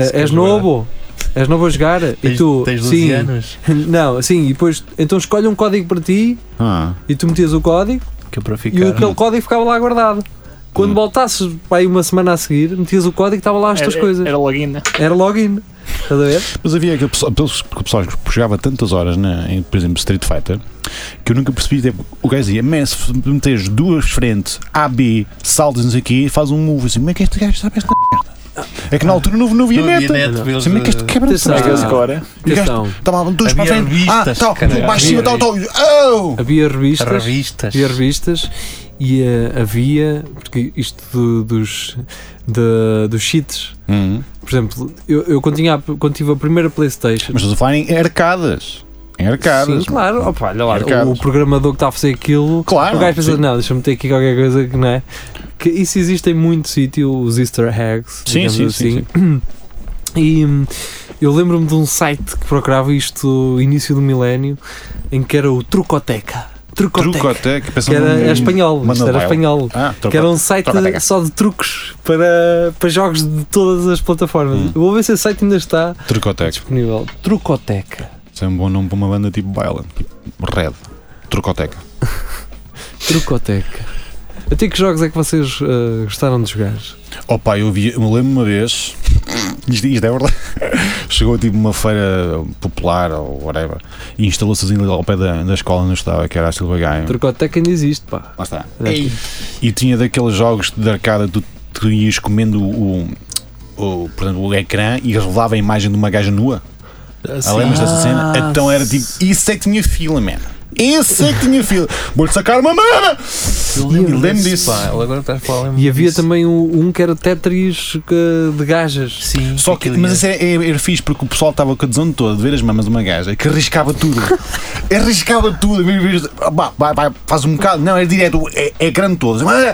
F: Ah. Se
B: és
F: queres jogar.
B: novo? És novo a jogar? e
F: Tens,
B: tu,
F: tens 12
B: sim, assim,
F: anos.
B: não, sim, e depois, então escolhe um código para ti
C: Ah,
B: e tu metias o código
E: que eu para ficar.
B: E aquele código ficava lá guardado.
C: Hum.
B: Quando voltasses para aí uma semana a seguir, metias o código e estava lá as tuas
D: era,
B: coisas.
D: Era login, né?
B: Era login. Estás a ver?
C: Mas havia aquele pessoal, pelos- que o pessoal que jogava tantas horas, na, em, por exemplo, Street Fighter, que eu nunca percebi. Tipo, o gajo dizia: Man, se meteres duas frente, A, B, saltas, não sei o quê, faz um move assim. Como é que este gajo sabe esta merda? É que na altura não, não via
E: Não havia
C: meta.
E: net, eles,
C: Como é que este
E: eh,
C: quebra de
B: Atenção.
C: saco?
D: Mega
B: Ah.
D: Score.
C: E o gajo
B: Atenção.
C: Estava dois para a
E: Havia
C: frente.
E: revistas,
C: ah, tal,
E: caralho.
C: para cima, tal, tal. Oh!
B: Havia revistas.
E: Revistas.
B: Havia revistas e eh, havia, porque isto do- dos, da- dos cheats,
C: Hum.
B: por exemplo, eu, eu quando, tinha a- quando tive a primeira Playstation,
C: Mas estás a falar em arcadas. Em
B: sim,
C: arcadas.
B: claro, opa, olha lá,
C: Arcadas.
B: o programador que está a fazer aquilo,
C: Claro,
B: o gajo pensa,
C: Ah, sim.
B: não, deixa-me ter aqui qualquer coisa que não é. Que isso existe em muito sítio, os easter eggs,
C: Sim,
B: digamos
C: sim,
B: assim.
C: sim,
B: E hum, eu lembro-me de um site que procurava isto início do milénio, em que era o Trucoteca. Trucoteca.
C: Trucoteca. pensa
B: Que era,
C: num-
B: era espanhol, isto era
C: Manobile.
B: espanhol.
C: Ah,
B: Que era
C: trucoteca.
B: um site
C: Troca-teca.
B: só de truques para, para jogos de todas as plataformas.
C: Hum.
B: Eu Vou ver se esse site ainda está
C: Trucoteca.
B: disponível. Trucoteca.
C: Isso é um bom nome para uma banda tipo Baila. Tipo Red. Trucoteca.
B: Trucoteca. Até que jogos é que vocês ah, gostaram de jogar?
C: Opa, eu, vi, eu me lembro uma vez, isto, isto é verdade, chegou tipo uma feira popular ou whatever, e instalou-se assim ao pé da, da escola onde eu estudava, que era a Silva Gaia.
B: Trucoteca ainda existe, pá.
C: Lá está.
E: Ei,
C: E tinha daqueles jogos de arcada que tu, tu ias comendo o, o, portanto, o ecrã e revelava a imagem de uma gaja nua. Ah, lembras dessa cena?
B: Ah,
C: Então era tipo, isso é que tinha fila, man. Isso é que tinha fila. Vou-lhe sacar uma merda!
E: eu
C: Eu lembro disso.
E: Pá, ele agora estás a falar. lembro-me
B: E havia
E: disso.
B: também um, um que era Tetris que- de gajas.
E: Sim,
C: Só que,
E: aquilo
C: mas
E: ia-
C: isso é, é, era fixe porque o pessoal estava com a desonra toda de ver as mamas de uma gaja que arriscava tudo. arriscava tudo. Em vez de- Vá, vai, vai, faz um bocado. Não, é direto, é, é grande todo. Vai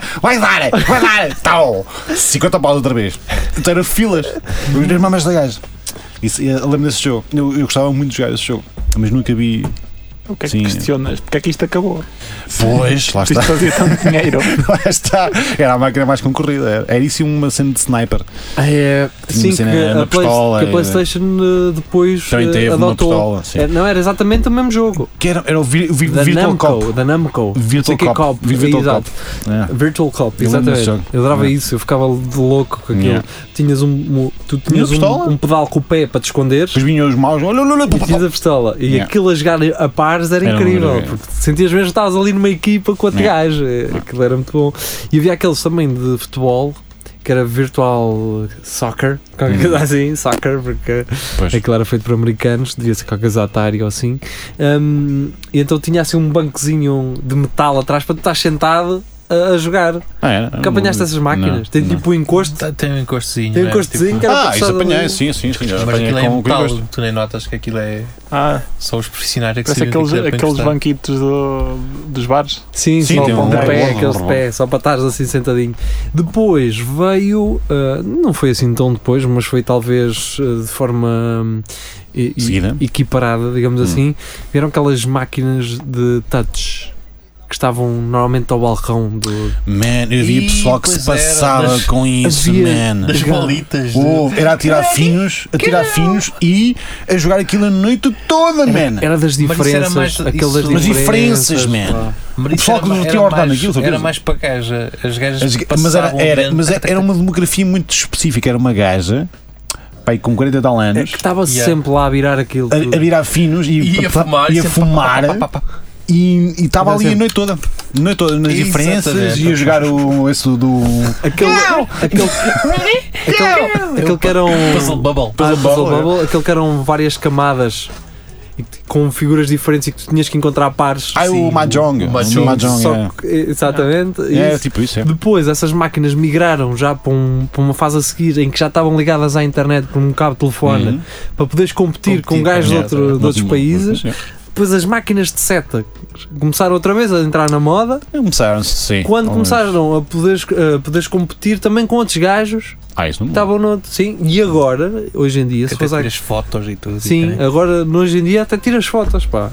C: dar, vai dar, tal. 50 paus outra vez. Então era filas. Vamos ver as mamas da gaja. Isso, eu lembro desse jogo. Eu, eu gostava muito de jogar esse jogo, mas nunca vi.
D: O que é que
C: Sim.
D: questionas? Porque é que isto acabou?
C: Pois, lá
D: Se isto
C: está.
D: fazia tanto dinheiro.
C: Lá está. Era a máquina mais concorrida. Era, era isso e uma cena de sniper.
B: É, sim,
C: uma
B: que
C: cena,
B: a,
C: uma
B: Play-
C: pistola, é,
B: que a PlayStation ah, depois
C: Também
B: ah,
C: teve uma
B: adotou.
C: pistola. Sim.
B: Era- não, era exatamente o mesmo jogo.
C: Que era, era o vi, vi,
B: Da
C: Virtual
B: Namco.
C: Cop.
B: Da Namco. Não sei
C: Virtual
B: o que é
C: Cop.
B: Cop.
C: Virtual
B: Exato.
C: Cop. É.
B: Virtual Cop,
C: Eu lembro desse
B: exatamente.
C: jogo.
B: Eu adorava
C: Yeah.
B: isso, eu ficava de louco com aquilo.
C: Yeah.
B: Tinhas um, um- tu tinhas
C: pistola?
B: um, um pedal com o pé para te esconder
C: Depois vinham os maus, olha, olha, olha,
B: e
C: pá, pá,
B: tinhas a pistola. E
C: Yeah.
B: aquilo a jogar a pares era,
C: Era uma
B: incrível,
C: maravilha.
B: porque sentias mesmo que estavas ali numa equipa com outro
C: Yeah.
B: gajo. É, Aquilo era muito bom. E havia aqueles também de futebol. Que era virtual soccer, qualquer
C: Hum.
B: coisa assim, soccer, porque
C: Pois.
B: aquilo era feito por americanos, devia ser qualquer coisa Atari ou assim. Hum, e então tinha assim um bancozinho de metal atrás para tu estar sentado a- a jogar.
C: Ah, era.
B: Nunca apanhaste essas máquinas?
C: Não,
B: tem
C: não.
B: tipo um encosto,
E: Tá- Tem um encostozinho.
B: tem um
E: né?
B: encostozinho
E: Tipo,
B: que era
C: Ah, isso
B: passado
C: apanhei,
B: ali.
C: sim, sim, sim. já
E: Mas
C: Apanhei
E: aquilo é
C: com o
E: metal.
C: gosto.
E: Tu nem notas que aquilo é.
D: Ah,
E: São os profissionais é que
D: parece
E: sabem
D: aqueles,
E: que aquilo é para
D: aqueles
E: encostar.
D: banquitos do- dos bares.
B: Sim,
C: Sim,
B: sim,
C: tem
B: só
D: um
B: de pé,
D: rolo,
B: aqueles de
C: rolo.
B: pé, só para estares assim sentadinho. Depois veio, ah, não foi assim tão depois, mas foi talvez ah, de forma hum, e- e-
C: Seguida.
B: equiparada, digamos
C: Hum.
B: assim, vieram aquelas máquinas de touch que estavam normalmente ao balcão do.
C: Man, eu via
E: Ih,
C: pessoal que se
E: pois
C: passava
E: era, das-
C: com isso,
B: havia-
C: man.
E: Das
B: Jogar.
E: bolitas. de-
C: Oh, era a tirar finos, a tirar finos e a jogar aquilo a noite toda, man.
B: Era das
E: Mas isso era
B: diferenças,
E: mais-
B: aquelas
E: isso-
C: Mas
B: diferenças.
C: diferenças, man.
B: pá.
E: Mas
C: O pessoal
E: isso
C: que
E: era-
C: não
E: era
C: tinha ordenado
E: mais-
C: aquilo, sabe?
E: Era mais para gaja. As gajas.
C: As- mas era,
E: passavam
C: era,
E: grande-
C: mas era uma demografia muito específica. Era uma gaja, pai, com 40 e tal
B: É
C: anos,
B: que estava
E: Yeah.
B: sempre lá a virar aquilo.
C: a, a virar finos e,
E: E a fumar.
C: e a
E: sempre-
C: fumar.
E: pá, pá, pá, pá, pá.
C: E e estava ali a
E: Exatamente.
C: noite toda. A Noite toda, nas diferenças
E: Exatamente.
C: e a jogar o, esse do.
B: Aquele, aquele, aquele, aquele que era um.
E: Puzzle Bubble.
B: Ah,
C: Puzzle
B: Puzzle
C: Bubble,
B: Bubble, aquele que eram várias camadas e que- com figuras diferentes e que tu tinhas que encontrar pares.
C: Ah, o Mahjong. O
E: Mahjong.
C: Mahjong,
B: Só
C: é.
B: que- exatamente.
C: É,
B: isso.
C: tipo isso, é.
B: Depois essas máquinas migraram já para, um- para uma fase a seguir em que já estavam ligadas à internet por um cabo de telefone
C: Uhum.
B: para poderes competir, com
E: Competir,
B: gajos de,
E: é,
B: outro- de outros países. Depois as máquinas de seta começaram outra vez a entrar na moda.
C: Começaram, sim.
B: Quando
C: Talvez.
B: começaram a poderes, a poderes competir também com outros gajos
C: Ah, isso não.
B: estavam no outro. Sim, e agora, hoje em dia, se
E: Até
B: fores à
E: tiras fotos e tudo.
B: Sim,
E: fica, né?
B: agora no hoje em dia até tiras fotos, pá.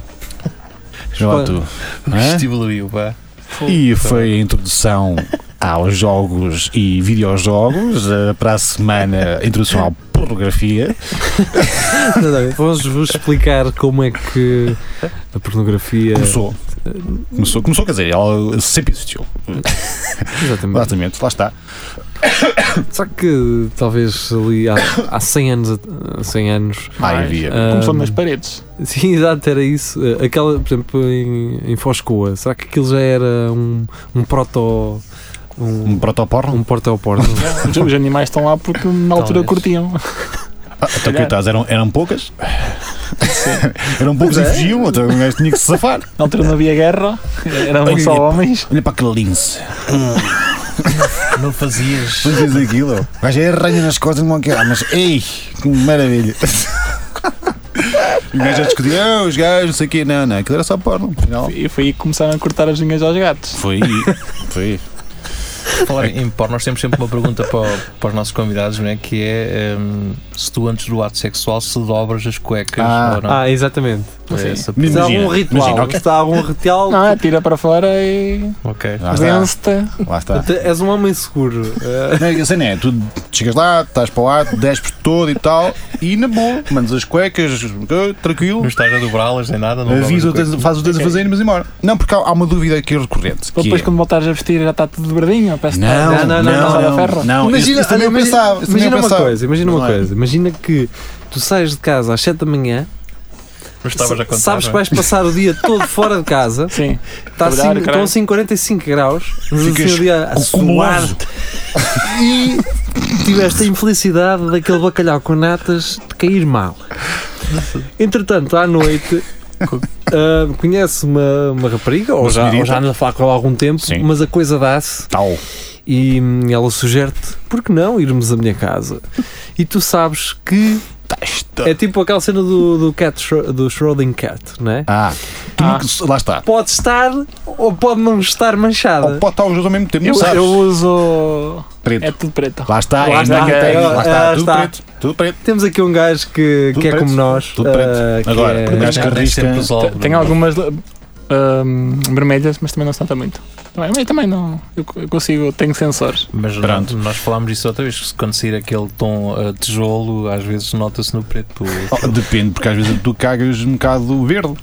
C: Vê lá tu.
E: Isto evoluiu, pá.
C: Hã? E foi a introdução aos jogos e videojogos, eh, para a semana introdução à pornografia.
B: Não, não, Vamos vos explicar como é que a pornografia.
C: Começou. Começou, começou quer dizer, ela sempre existiu.
B: Exatamente.
C: Exatamente, lá está.
B: Será que talvez ali há, há 100 anos, at- 100 anos
C: Aí havia.
D: É, Começou
B: Ahm.
D: nas paredes.
B: Sim, exato, era isso. Eh, Aquela, por exemplo, em, em Foscoa, será que aquilo já era um, um proto.
C: Um
B: um,
C: protoporno?
B: um porta-ao-porno?
D: Os- Os animais estão lá porque na altura
B: Talvez.
D: curtiam.
C: Ah, então, coitados, eram, eram poucas. eram poucas e fugiam, então um gajo tinha que se safar.
D: Na altura não havia guerra, eram
C: Olha,
D: um só
C: pá.
D: homens.
C: Olha para aquele lince.
E: Hum. Não fazias.
C: Tu vês aquilo? O gajo é arranha nas costas e não quer. Mas, ei, que maravilha. E O gajo já discutiu, "Ah, os gajos, não sei o quê. Não, não, aquilo era só porno. Afinal,
D: E foi aí que começaram a cortar as unhas aos gatos.
C: foi aí. Foi aí.
E: Falar em porno, nós temos sempre uma pergunta para, o- para os nossos convidados, não é? Que é hum, se tu antes do ato sexual se dobras as cuecas
C: Ah.
E: ou não.
B: ah, exatamente.
E: é
D: Sim.
E: essa
C: Mas
B: Se há
E: pergunta.
B: algum
C: Imagina,
B: ritual.
C: imagina, ok.
B: Se há algum ritual.
D: Não, é, tira para fora e
E: Ok.
C: Lá está,
D: vence-te.
C: lá está.
B: te- És um homem seguro. Eh,
C: Não, assim, não é, tu chegas lá, estás para lá, desces por todo e tal, e na boa, mandas as cuecas, ok,
E: Não
C: tranquilo,
E: estás a dobrá-las nem nada, não dobras
C: avisa,
E: as
C: o que
E: cuecas.
C: tens- faz o que tens a fazer e vamos embora. Não, porque há, há uma dúvida aqui recorrente.
D: Para
C: que
D: depois
C: é-
D: quando voltares a vestir já está tudo dobradinho. Parece que está-
B: Não, não, não,
D: está
B: não,
D: a ferro.
C: não,
B: imagina
C: esse- esse também eu
B: imagina-
C: pensava, esse também eu
B: imagina uma
C: pensava.
B: coisa, imagina uma
C: Não é?
B: coisa. Imagina que tu sais de casa às 7 da manhã,
C: É
E: Mas estavas a contar.
B: sabes que
E: não é?
B: vais passar o dia todo fora de casa,
D: Sim,
B: Tá
D: Trabalhar,
B: assim, estão
D: caralho.
B: assim 45 graus, mas assim
C: Ficas
B: o dia a
C: com
B: suar
C: cumuloso.
B: e tiveste a infelicidade daquele bacalhau com natas de cair mal. Entretanto, à noite. co- ah, conhece uma, uma rapariga ou
C: Uma
B: já, ou
C: senhorita.
B: já anda a falar com ela há algum tempo,
C: Sim.
B: mas a coisa dá-se
C: Tal.
B: e hum, ela sugere-te: por que não irmos à minha casa? E tu sabes que é tipo aquela cena do, do, cat, Schro- do Schroding Cat, não é?
C: Ah, tu
D: Ah.
C: nunca- lá está.
B: Pode estar ou pode não estar manchada.
C: Ou pode estar os dois ao mesmo tempo,
D: eu,
C: não sabes?
D: eu uso.
C: Preto.
D: É tudo preto.
C: Lá está,
D: Lá
C: é
D: está,
C: ainda que
D: é,
C: tem- lá
B: é,
C: está,
B: lá
C: tudo
B: está.
C: preto, tudo preto.
B: Temos aqui um gajo que,
C: Tudo
B: que é
C: preto.
B: como nós.
C: Tudo preto.
B: ah, que
C: Agora,
B: é-
C: o gajo-
E: Já
C: que
E: tens
C: arrisca-
E: sempre os
D: Te-
E: olhos.
D: Tenho algumas le- ahm, vermelhas, mas também não se nota muito. Também, mas também não. Eu, co- eu consigo, tenho sensores.
E: Mas
C: Pronto.
E: nós, nós falámos disso outra vez, que se quando sair aquele tom uh, tijolo, às vezes nota-se no preto.
C: Oh, Depende, porque às vezes tu cagas um bocado verde.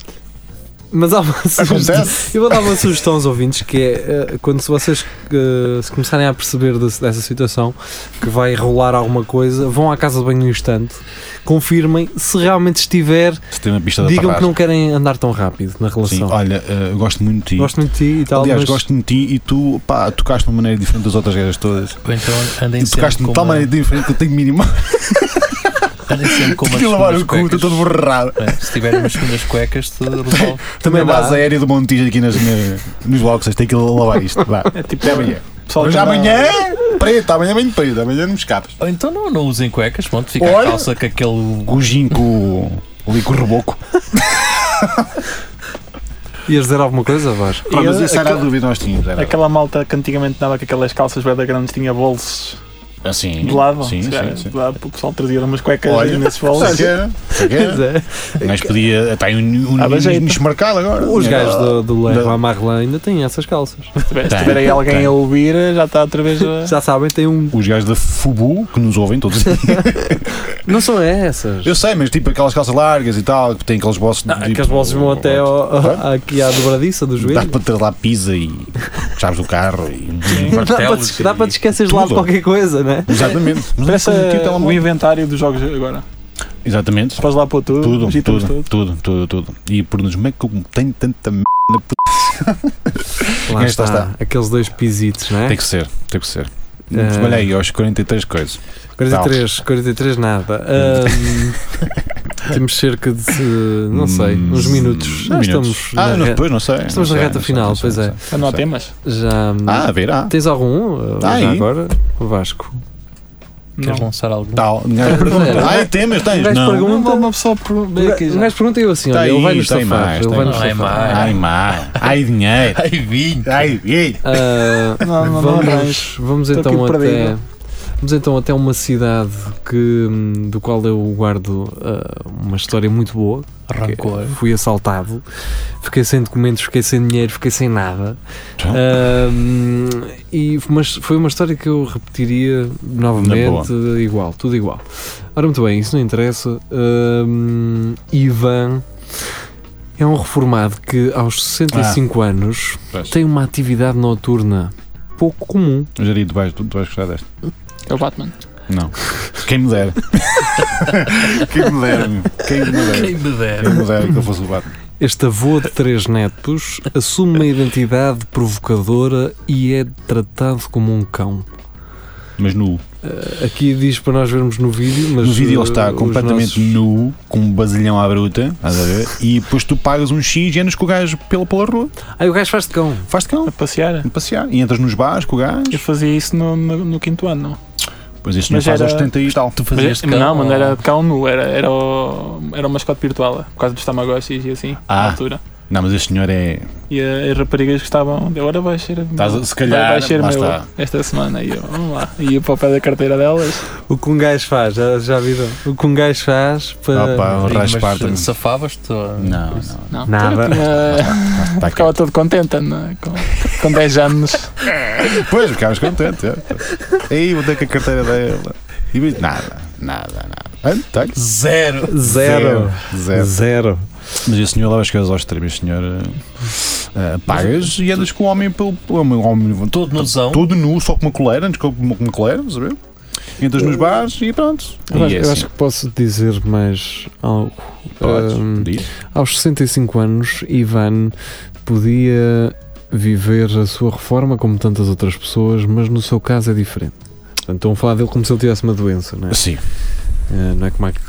B: Mas há uma sugestão.
C: Acontece.
B: Eu vou dar uma sugestão aos ouvintes que é ah, quando se vocês ah, se começarem a perceber desse- dessa situação que vai rolar alguma coisa, vão à casa de banho no instante, confirmem se realmente estiver,
C: Se tem uma pista da
B: digam que
C: parragem.
B: não querem andar tão rápido na
C: Sim,
B: relação.
C: olha, eh, eu gosto muito de ti.
B: Gosto muito de ti e tal.
C: Aliás,
B: mas
C: gosto de ti e tu, pá, tocaste de uma maneira diferente das outras gajas todas.
E: Ou então andem
C: E
E: sempre
C: tocaste
E: com
C: de tal
E: uma,
B: é.
C: maneira diferente que eu tenho mínimo
E: andem sempre com umas
C: de lavar o
E: segundas
C: cu, estou
E: cuecas.
C: todo borrado.
E: Não é? Se tiverem umas segundas cuecas, te resolve.
C: Também a
B: dá.
C: base aérea do Montijo aqui nas, na- nos boxes, tem que lavar isto. Vá.
D: É tipo.
C: Até amanhã.
D: Pessoal,
C: Mas
D: que anda-
C: amanhã, é preto, amanhã bem preto, amanhã não me escapas.
E: Ou então não, não usem cuecas, pronto, fica
C: Olha.
E: a calça com aquele.
C: Gujinho com o- ali com o reboco.
B: Ias dizer alguma coisa, Vasco?
C: Pá, mas
D: eu-
C: essa era a
D: aquela-
C: dúvida que nós tínhamos. Era
D: Aquela malta que antigamente andava com aquelas calças bem grandes, tinha bolsos
C: assim.
D: de lado.
C: Sim,
D: Se
C: sim,
D: calhar,
C: sim.
D: De lado, o pessoal trazia umas cuecas
C: Olha,
D: nesses
C: Sabe
D: bolsos.
C: que era? Sabe que era?
B: Pois é.
C: Mas podia. Está aí um, um,
D: Ah, mas
C: um
D: aí-
C: nicho marcado agora.
B: Os gajos do, do
C: Não.
B: Leroy Marlin ainda têm essas calças.
D: Se
C: Tem,
D: tiver aí alguém
C: tem.
D: a ouvir, já está outra vez a.
B: Já sabem, têm um.
C: Os gajos da Fubu, que nos ouvem todos.
B: Não são essas.
C: Eu sei, mas tipo aquelas calças largas e tal, que têm aqueles bolsos.
B: Ah,
C: tipo,
B: que as bolsas vão até ao- ao- aqui à dobradiça do
C: Dá
B: joelho.
C: para ter lá pizza e chaves do carro e.
B: Dá para,
E: martelos
B: te- dá
E: e-
B: para te esquecer de lado
C: tudo.
B: qualquer coisa, né?
C: Exatamente. Mas
D: Parece
C: não tinha
D: uh, o
C: telemóvel.
D: inventário dos jogos agora.
C: Exatamente.
D: Podes lá pôr tudo,
C: Tudo, tudo,
D: digitamos
C: tudo, tudo, tudo, E por nos como é que eu tenho tanta merda?
B: é Lá
C: Está,
B: está, aqueles dois pisitos, né?
C: Tem que ser, tem que ser.
B: É.
C: Olha aí, aos 43 coisas.
B: 43, 43 nada. Ahm, temos cerca de, eh, não sei,
C: Hum,
B: Hum. uns minutos. Já
C: minutos.
B: estamos
C: Ah,
B: na
C: não,
B: re-
C: depois não sei. não
B: estamos na
C: sei,
B: reta
C: não sei,
B: final,
C: não sei,
B: pois
C: não
B: é.
C: sei, não
D: Não há
C: sei.
D: temas?
B: Já
C: Ah, verá.
B: tens algum eh,
C: Ah,
B: já
C: aí.
B: agora? O Vasco.
E: Queres
D: Não.
E: lançar algum?
C: Tal. Um gajo pergunta. Ai, temas
B: Um
C: tens?
B: gajo
C: Não.
B: pergunta-
D: Não, uma pessoa por.
B: O ga-
D: aqui
B: o
D: já.
B: gajo pergunta e eu assim:
C: Tá
B: olha, ele
C: aí,
B: vai nos
C: tem
B: safar.
C: mais,
B: Ele
C: tem
B: vai nos
E: mais.
B: safar.
C: Ai, má. Ai, dinheiro.
E: Ai, vinho!
C: Ai, vinho.
B: Ah,
D: Não, não, não.
B: vamos, vamos
D: Estou
B: então
D: aqui
B: até,
D: perdido.
B: Vamos então até uma cidade que, hum, do qual eu guardo ah, uma história muito boa. que
E: Rancor.
B: Fui assaltado, fiquei sem documentos, fiquei sem dinheiro, fiquei sem nada.
C: Então.
B: Ah, hum, e, mas foi uma história que eu repetiria novamente, igual, tudo igual. Ora, muito bem, isso não interessa. Hum, Ivan é um reformado que aos
C: Ah.
B: 65 anos
C: Pois.
B: tem uma atividade noturna pouco comum.
C: Jari, tu vais, tu, tu vais gostar desta.
D: É o Batman.
C: Não. Quem me dera. Quem me dera, meu. Quem me dera.
E: Quem me dera.
C: Quem me dera que eu fosse o Batman.
B: Este avô de três netos assume uma identidade provocadora e é tratado como um cão.
C: Mas nu.
B: Uh, Aqui diz para nós vermos no vídeo, mas
C: No vídeo
B: uh,
C: ele está
B: os
C: completamente
B: nossos-
C: nu, com um basilhão à bruta, estás a ver? E depois tu pagas um X e andas com o gajo pela, pela rua.
B: Ai, Ah, o gajo faz de cão.
C: Faz-te cão.
D: A passear.
C: a passear. E entras nos bares com o gajo.
D: Eu fazia isso no, no, no quinto ano.
C: Pois isto não
D: Mas
C: faz
D: era-
C: aos 70 e tal.
E: Tu
D: Mas-
E: fazias de
D: não,
E: cão,
D: mano,
E: ou-
D: era de cão nu, era, era, o, era o mascote virtual, por causa dos tamagotchis e assim,
C: Ah.
D: na altura.
C: Não, mas este senhor é.
D: E a- as raparigas gostavam, de, ora vai ser,
C: Estás a- se calhar,
D: vai ser
C: lá
D: meu
C: está.
D: esta semana. E eu, vamos lá. E ia para o pé da carteira delas.
B: O que um gajo faz, já, já viram? O que um gajo faz para.
C: Ah, pá, o
E: Mas eh,
C: Raspartan.
E: Safavas-te? ou-
C: Não,
D: Não,
C: não.
B: Nada.
D: eu tinha-
C: Está Tá aqui.
D: ficava todo contente né, com, com 10 anos.
C: Pois, ficavas contente. é. Aí botei com a carteira dela. E vi- nada, nada, nada. Ah, tenho.
E: Zero.
B: Zero.
C: Zero.
B: Zero.
C: Mas o senhor leva as coisas aos extremos, senhor. eh, eh, pagas e andas com o homem pelo. pelo homem, um homem
E: Todo nuzão.
C: todo nu, só com uma coleira, andas com uma, com uma coleira, sabe? Entras nos bares e pronto.
B: Eu,
C: e
B: acho,
C: é
B: eu
C: assim.
B: acho que posso dizer mais algo.
C: Podes,
B: Ahm,
C: diz.
B: Aos 65 anos, Ivan podia viver a sua reforma como tantas outras pessoas, mas no seu caso é diferente. Portanto, estão a falar dele como se ele tivesse uma doença, não é?
C: Sim,
B: Eh, não é como é que...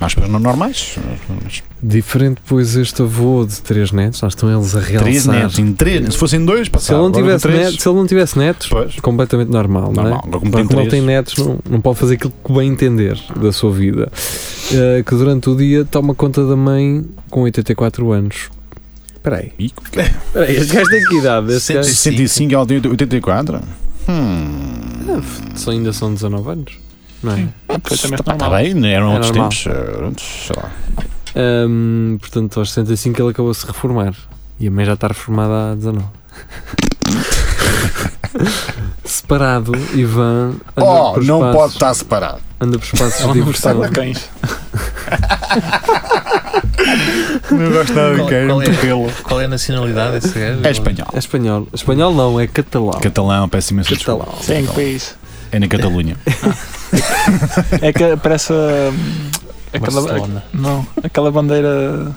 C: mas pessoas não normais. Mas
B: Diferente, pois, este avô de três netos, lá estão eles a realçar.
C: Três netos, em três. Se fossem dois,
B: Se ele,
C: passava.
B: não
C: Agora
B: tivesse
C: três,
B: netos, se ele não tivesse netos,
C: Pois,
B: completamente normal, não é?
C: normal. Agora como
B: Agora, como
C: tem três.
B: ele tem netos, não, não pode fazer aquilo que bem entender da sua vida. Eh, que durante o dia toma conta da mãe com 84 anos. Espera aí.
C: Ih, como que é?
B: Espera aí, este gajo tem que idade? Este gajo...
C: 105 e ela tem 84? Hum.
B: Só ainda são 19 anos. Não é?
D: Completamente
C: Está
D: normal.
C: tá bem, né? eram
B: É
C: outros
B: normal.
C: tempos. eh, outros, sei lá.
B: Ahm, portanto, aos 65 ele acabou-se de reformar. E a mãe já está reformada há 19. Separado, Ivan anda
C: Oh,
B: por
C: não
B: espaços,
C: pode estar separado.
B: anda por espaços de
D: Ela não gostava
B: diversão.
D: um de cães.
C: Não gosto nada
E: Qual- qual é?
C: pelo.
E: Qual é a nacionalidade desse gajo?
C: É espanhol.
B: É espanhol. Espanhol não, é catalão.
C: Catalão, peço imenso desculpa.
B: Catalão.
D: Sim, que país.
C: É na Catalunha.
D: É que parece. hum, Aquela,
E: Barcelona.
D: não, aquela bandeira.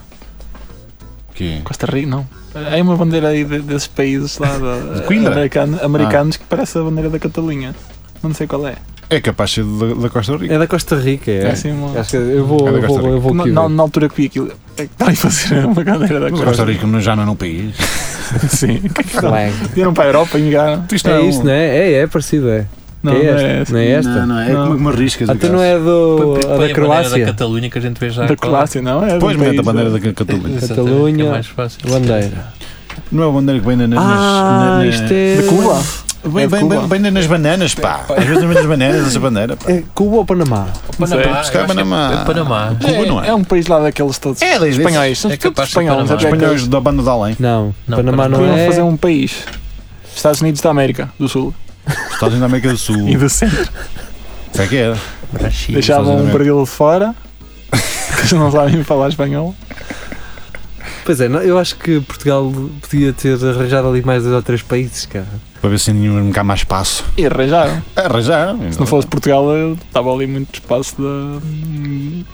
C: Que-
D: Costa Rica, não. É uma bandeira aí de- desses países lá da-
C: De Coimbra? Ah.
D: americano- americanos que parece a bandeira da Catalunha. Não sei qual é.
C: É capaz de ser da, da Costa Rica.
B: É da Costa Rica, é.
D: É assim uma.
B: Acho que eu vou,
C: É da
B: eu
C: Costa
B: vou,
C: Rica.
B: eu vou
D: Na,
B: aqui.
D: na-
B: ver.
D: na altura que vi aquilo, é que está a fazer uma bandeira da
C: Mas a Costa
D: Costa
C: Rica já não é um país.
D: Rica. Sim.
B: Flag.
D: Vieram para a Europa e ligaram.
B: É isto, não é? É, é parecido, é.
D: Não, não
B: é esta.
D: é essa.
B: não é esta?
C: não,
D: é como
C: umas riscas.
B: Até não é do,
E: Põe- põe
B: a
E: a
B: da
E: bandeira da
B: Croácia.
E: Catalunha que a gente vê já.
D: Da
E: qual é.
D: Croácia, não? É de um
C: Pois, mete a
D: país,
C: bandeira da
E: É,
C: Catalunha.
E: exatamente, que
B: Catalunha,
E: É mais fácil.
B: Bandeira.
C: Não é a bandeira que vem na, nas.
B: Ah,
C: na- na-
B: isto é.
D: De Cuba.
C: Vem,
D: É de
C: vem,
D: Cuba.
C: vem, vem nas bananas, pá. Às vezes vem nas bananas, essa bandeira. Pá.
B: É Cuba ou Panamá?
D: sei.
C: Se
E: Panamá. eu
C: calhar
E: acho que é-
C: Panamá.
E: É Panamá.
C: Cuba não é?
D: É um país lá daqueles todos.
C: É, desde-
D: espanhóis. São
E: é
D: todos
E: capaz de ser
D: espanhóis.
E: Panamá.
D: até que
C: Espanhóis da banda de além.
B: Não,
E: Não,
B: Panamá não
D: Podiam
B: é.
D: fazer um país. Estados Unidos da América, do Sul
C: Estados Unidos da América do Sul.
D: e do Centro.
C: Será que é?
E: Brasil.
D: Deixavam
C: Estados
D: um
C: Unidos.
D: Brasil de fora, que eles não sabem falar espanhol.
B: Pois é, não, eu acho que Portugal podia ter arranjado ali mais dois ou três países, cara.
C: Para ver se nenhum cá mais espaço.
D: E arranjaram.
C: É, Arranjar.
D: Se não fosse Portugal, eu estava ali muito espaço da,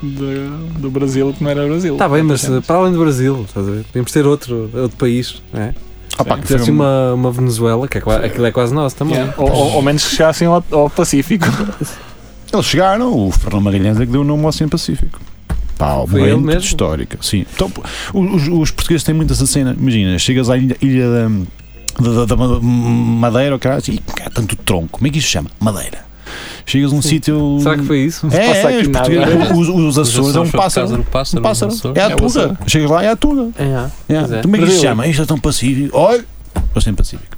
D: da- do Brasil que não era Brasil.
B: Está bem, mas
D: Outras
B: eh,
D: cenas.
B: para além do Brasil, estás a ver? Temos de ter outro, outro país, não é?
C: Ah, pá, que foi
B: Tivesse
C: um-
B: uma, uma Venezuela, que é, qua- aquilo é quase nosso também.
D: Yeah. Ou, ou- ao menos que chegassem ao, ao Pacífico.
C: Eles chegaram, o Fernando Magalhães é que deu o nome ao Oceano Pacífico. Pá, uma
B: Foi ele
C: grande
B: mesmo?
C: histórica. Sim. Então, pô, os, os portugueses têm muito essa cena. Imagina, chegas à ilha, ilha da, da- da- da Madeira, ou caralho, e cá, tanto tronco. Como é que isso se chama? Madeira. Chegas a um sítio.
B: Será que foi isso?
C: É,
D: passa
C: é,
D: aqui
C: os,
D: nada.
C: portugueses- os, os Açores é um
E: Açores foi por causa
C: pássaro.
E: do pássaro,
C: Um pássaro.
E: dos Açores.
C: É
D: É
C: a
D: o
C: Tuga.
D: Açores.
C: Chegas lá, é a Tuga.
B: É.
C: É.
B: Pois é.
C: Então, como é que isso
D: Brasil.
C: se chama? Isto é tão pacífico. Olha! Oceano Pacífico.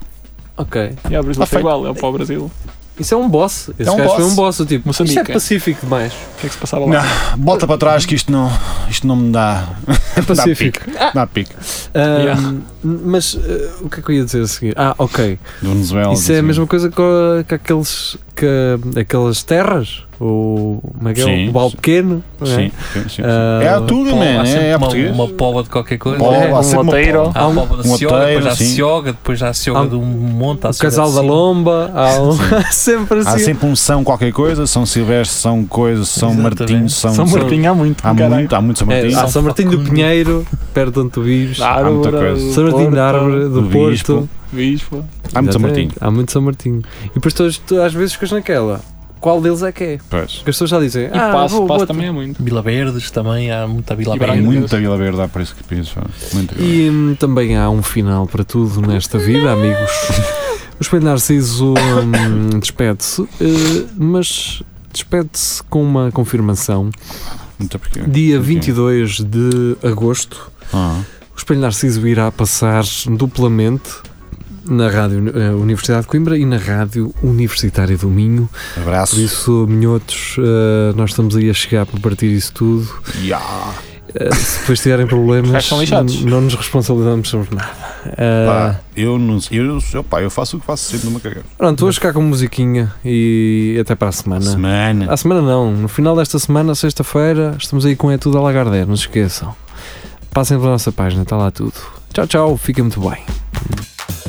B: Ok.
D: E ao Brasil
C: Tá
D: foi
C: feito.
D: igual, é o para o Brasil.
B: Isso é um boss. Esse
C: É um
B: gajo foi
C: boss.
B: um boss. eu Tipo,
D: Moçambique,
B: isto é
D: é?
B: pacífico demais.
D: O que é que se passava lá?
C: Não, bota para trás que isto não, isto não me dá,
B: É pacífico.
C: dá pique.
B: Ah,
D: Yeah.
B: Mas ah, o que é que eu ia dizer a seguir? Ah, ok.
C: Do Venezuela.
B: Isso é a
C: assim.
B: mesma coisa que, a- que aqueles, que aquelas terras, ou como é que é?
C: Sim,
B: o Bal
C: sim.
B: Pequeno. não é?
C: Sim, sim, sim, sim.
B: Ah,
C: é a tuga,
E: Pó,
C: man.
E: há sempre
C: É, é
E: uma,
C: português.
E: uma pova de qualquer coisa.
C: Pó,
B: É,
C: há
D: um
C: sempre uma
D: loteiro.
C: pó.
E: Há
B: Há um-
E: a pova da
C: um
E: Cioga,
C: ateiro,
E: depois há a
C: sim.
E: Cioga, depois há a
B: Há
E: Cioga
B: um-
E: de um monte. há a
B: O
E: Cioga
B: Casal
E: de
B: da
E: cinco.
B: Lomba, há um- sempre assim.
C: Há sempre um São qualquer coisa, São Silvestre, São Coisa, São
E: Exatamente.
C: Martinho, São,
D: São
C: São-
D: Martinho há muito.
C: Há
D: caralho.
C: muito, há muito São
B: É,
C: Martinho.
B: há
E: São
B: São Martinho do
E: Facundo.
B: Pinheiro, perto de onde tu vives.
D: Da
C: Há muita
D: Árvore,
C: coisa.
B: São Martinho da
D: Ah, Porto,
B: Árvore, do
C: do
B: Porto.
C: Bispo.
D: Bispo.
C: há muito São
B: Exatamente.
C: Martinho.
B: Há muito São Martinho. E depois tu- tu às vezes ficas naquela. Qual deles é que é?
C: Pois.
B: Porque as pessoas já dizem.
D: E
B: ah,
D: passo,
B: vou,
D: passo
B: vou-
D: também é muito.
E: Vila Verdes também, há muita Vila
D: E
C: Há
E: Verdes.
D: Branco.
C: muita Vila Verde, há por isso que penso. Muita Vila Verde.
B: E hum, também há um final para tudo nesta vida, amigos. O Espelho Narciso hum, despede-se, eh, mas despede-se com uma confirmação.
C: Muita porquê.
B: Dia
C: Ok.
B: 22 de agosto,
C: Ah,
B: O Espelho Narciso irá passar duplamente na Rádio eh, Universidade de Coimbra e na Rádio Universitária do Minho.
C: abraço.
B: Por isso, minhotos, eh, nós estamos aí a chegar para partir isso tudo.
C: Ya.
B: Eh, se depois tiverem problemas,
D: Os gajos são lixados.
B: n- não nos responsabilizamos sobre nada.
C: Pá,
B: Eh,
C: eu não sei. Eu, eu, pá, eu faço o que faço sempre numa cagada.
B: pronto, vou ficar com musiquinha e até para a semana.
C: Semana.
B: À semana não, no final desta semana, sexta-feira, estamos aí com É Tudo a Lagardère, não se esqueçam. Passem pela nossa página, está lá tudo. Tchau, tchau, fiquem muito bem.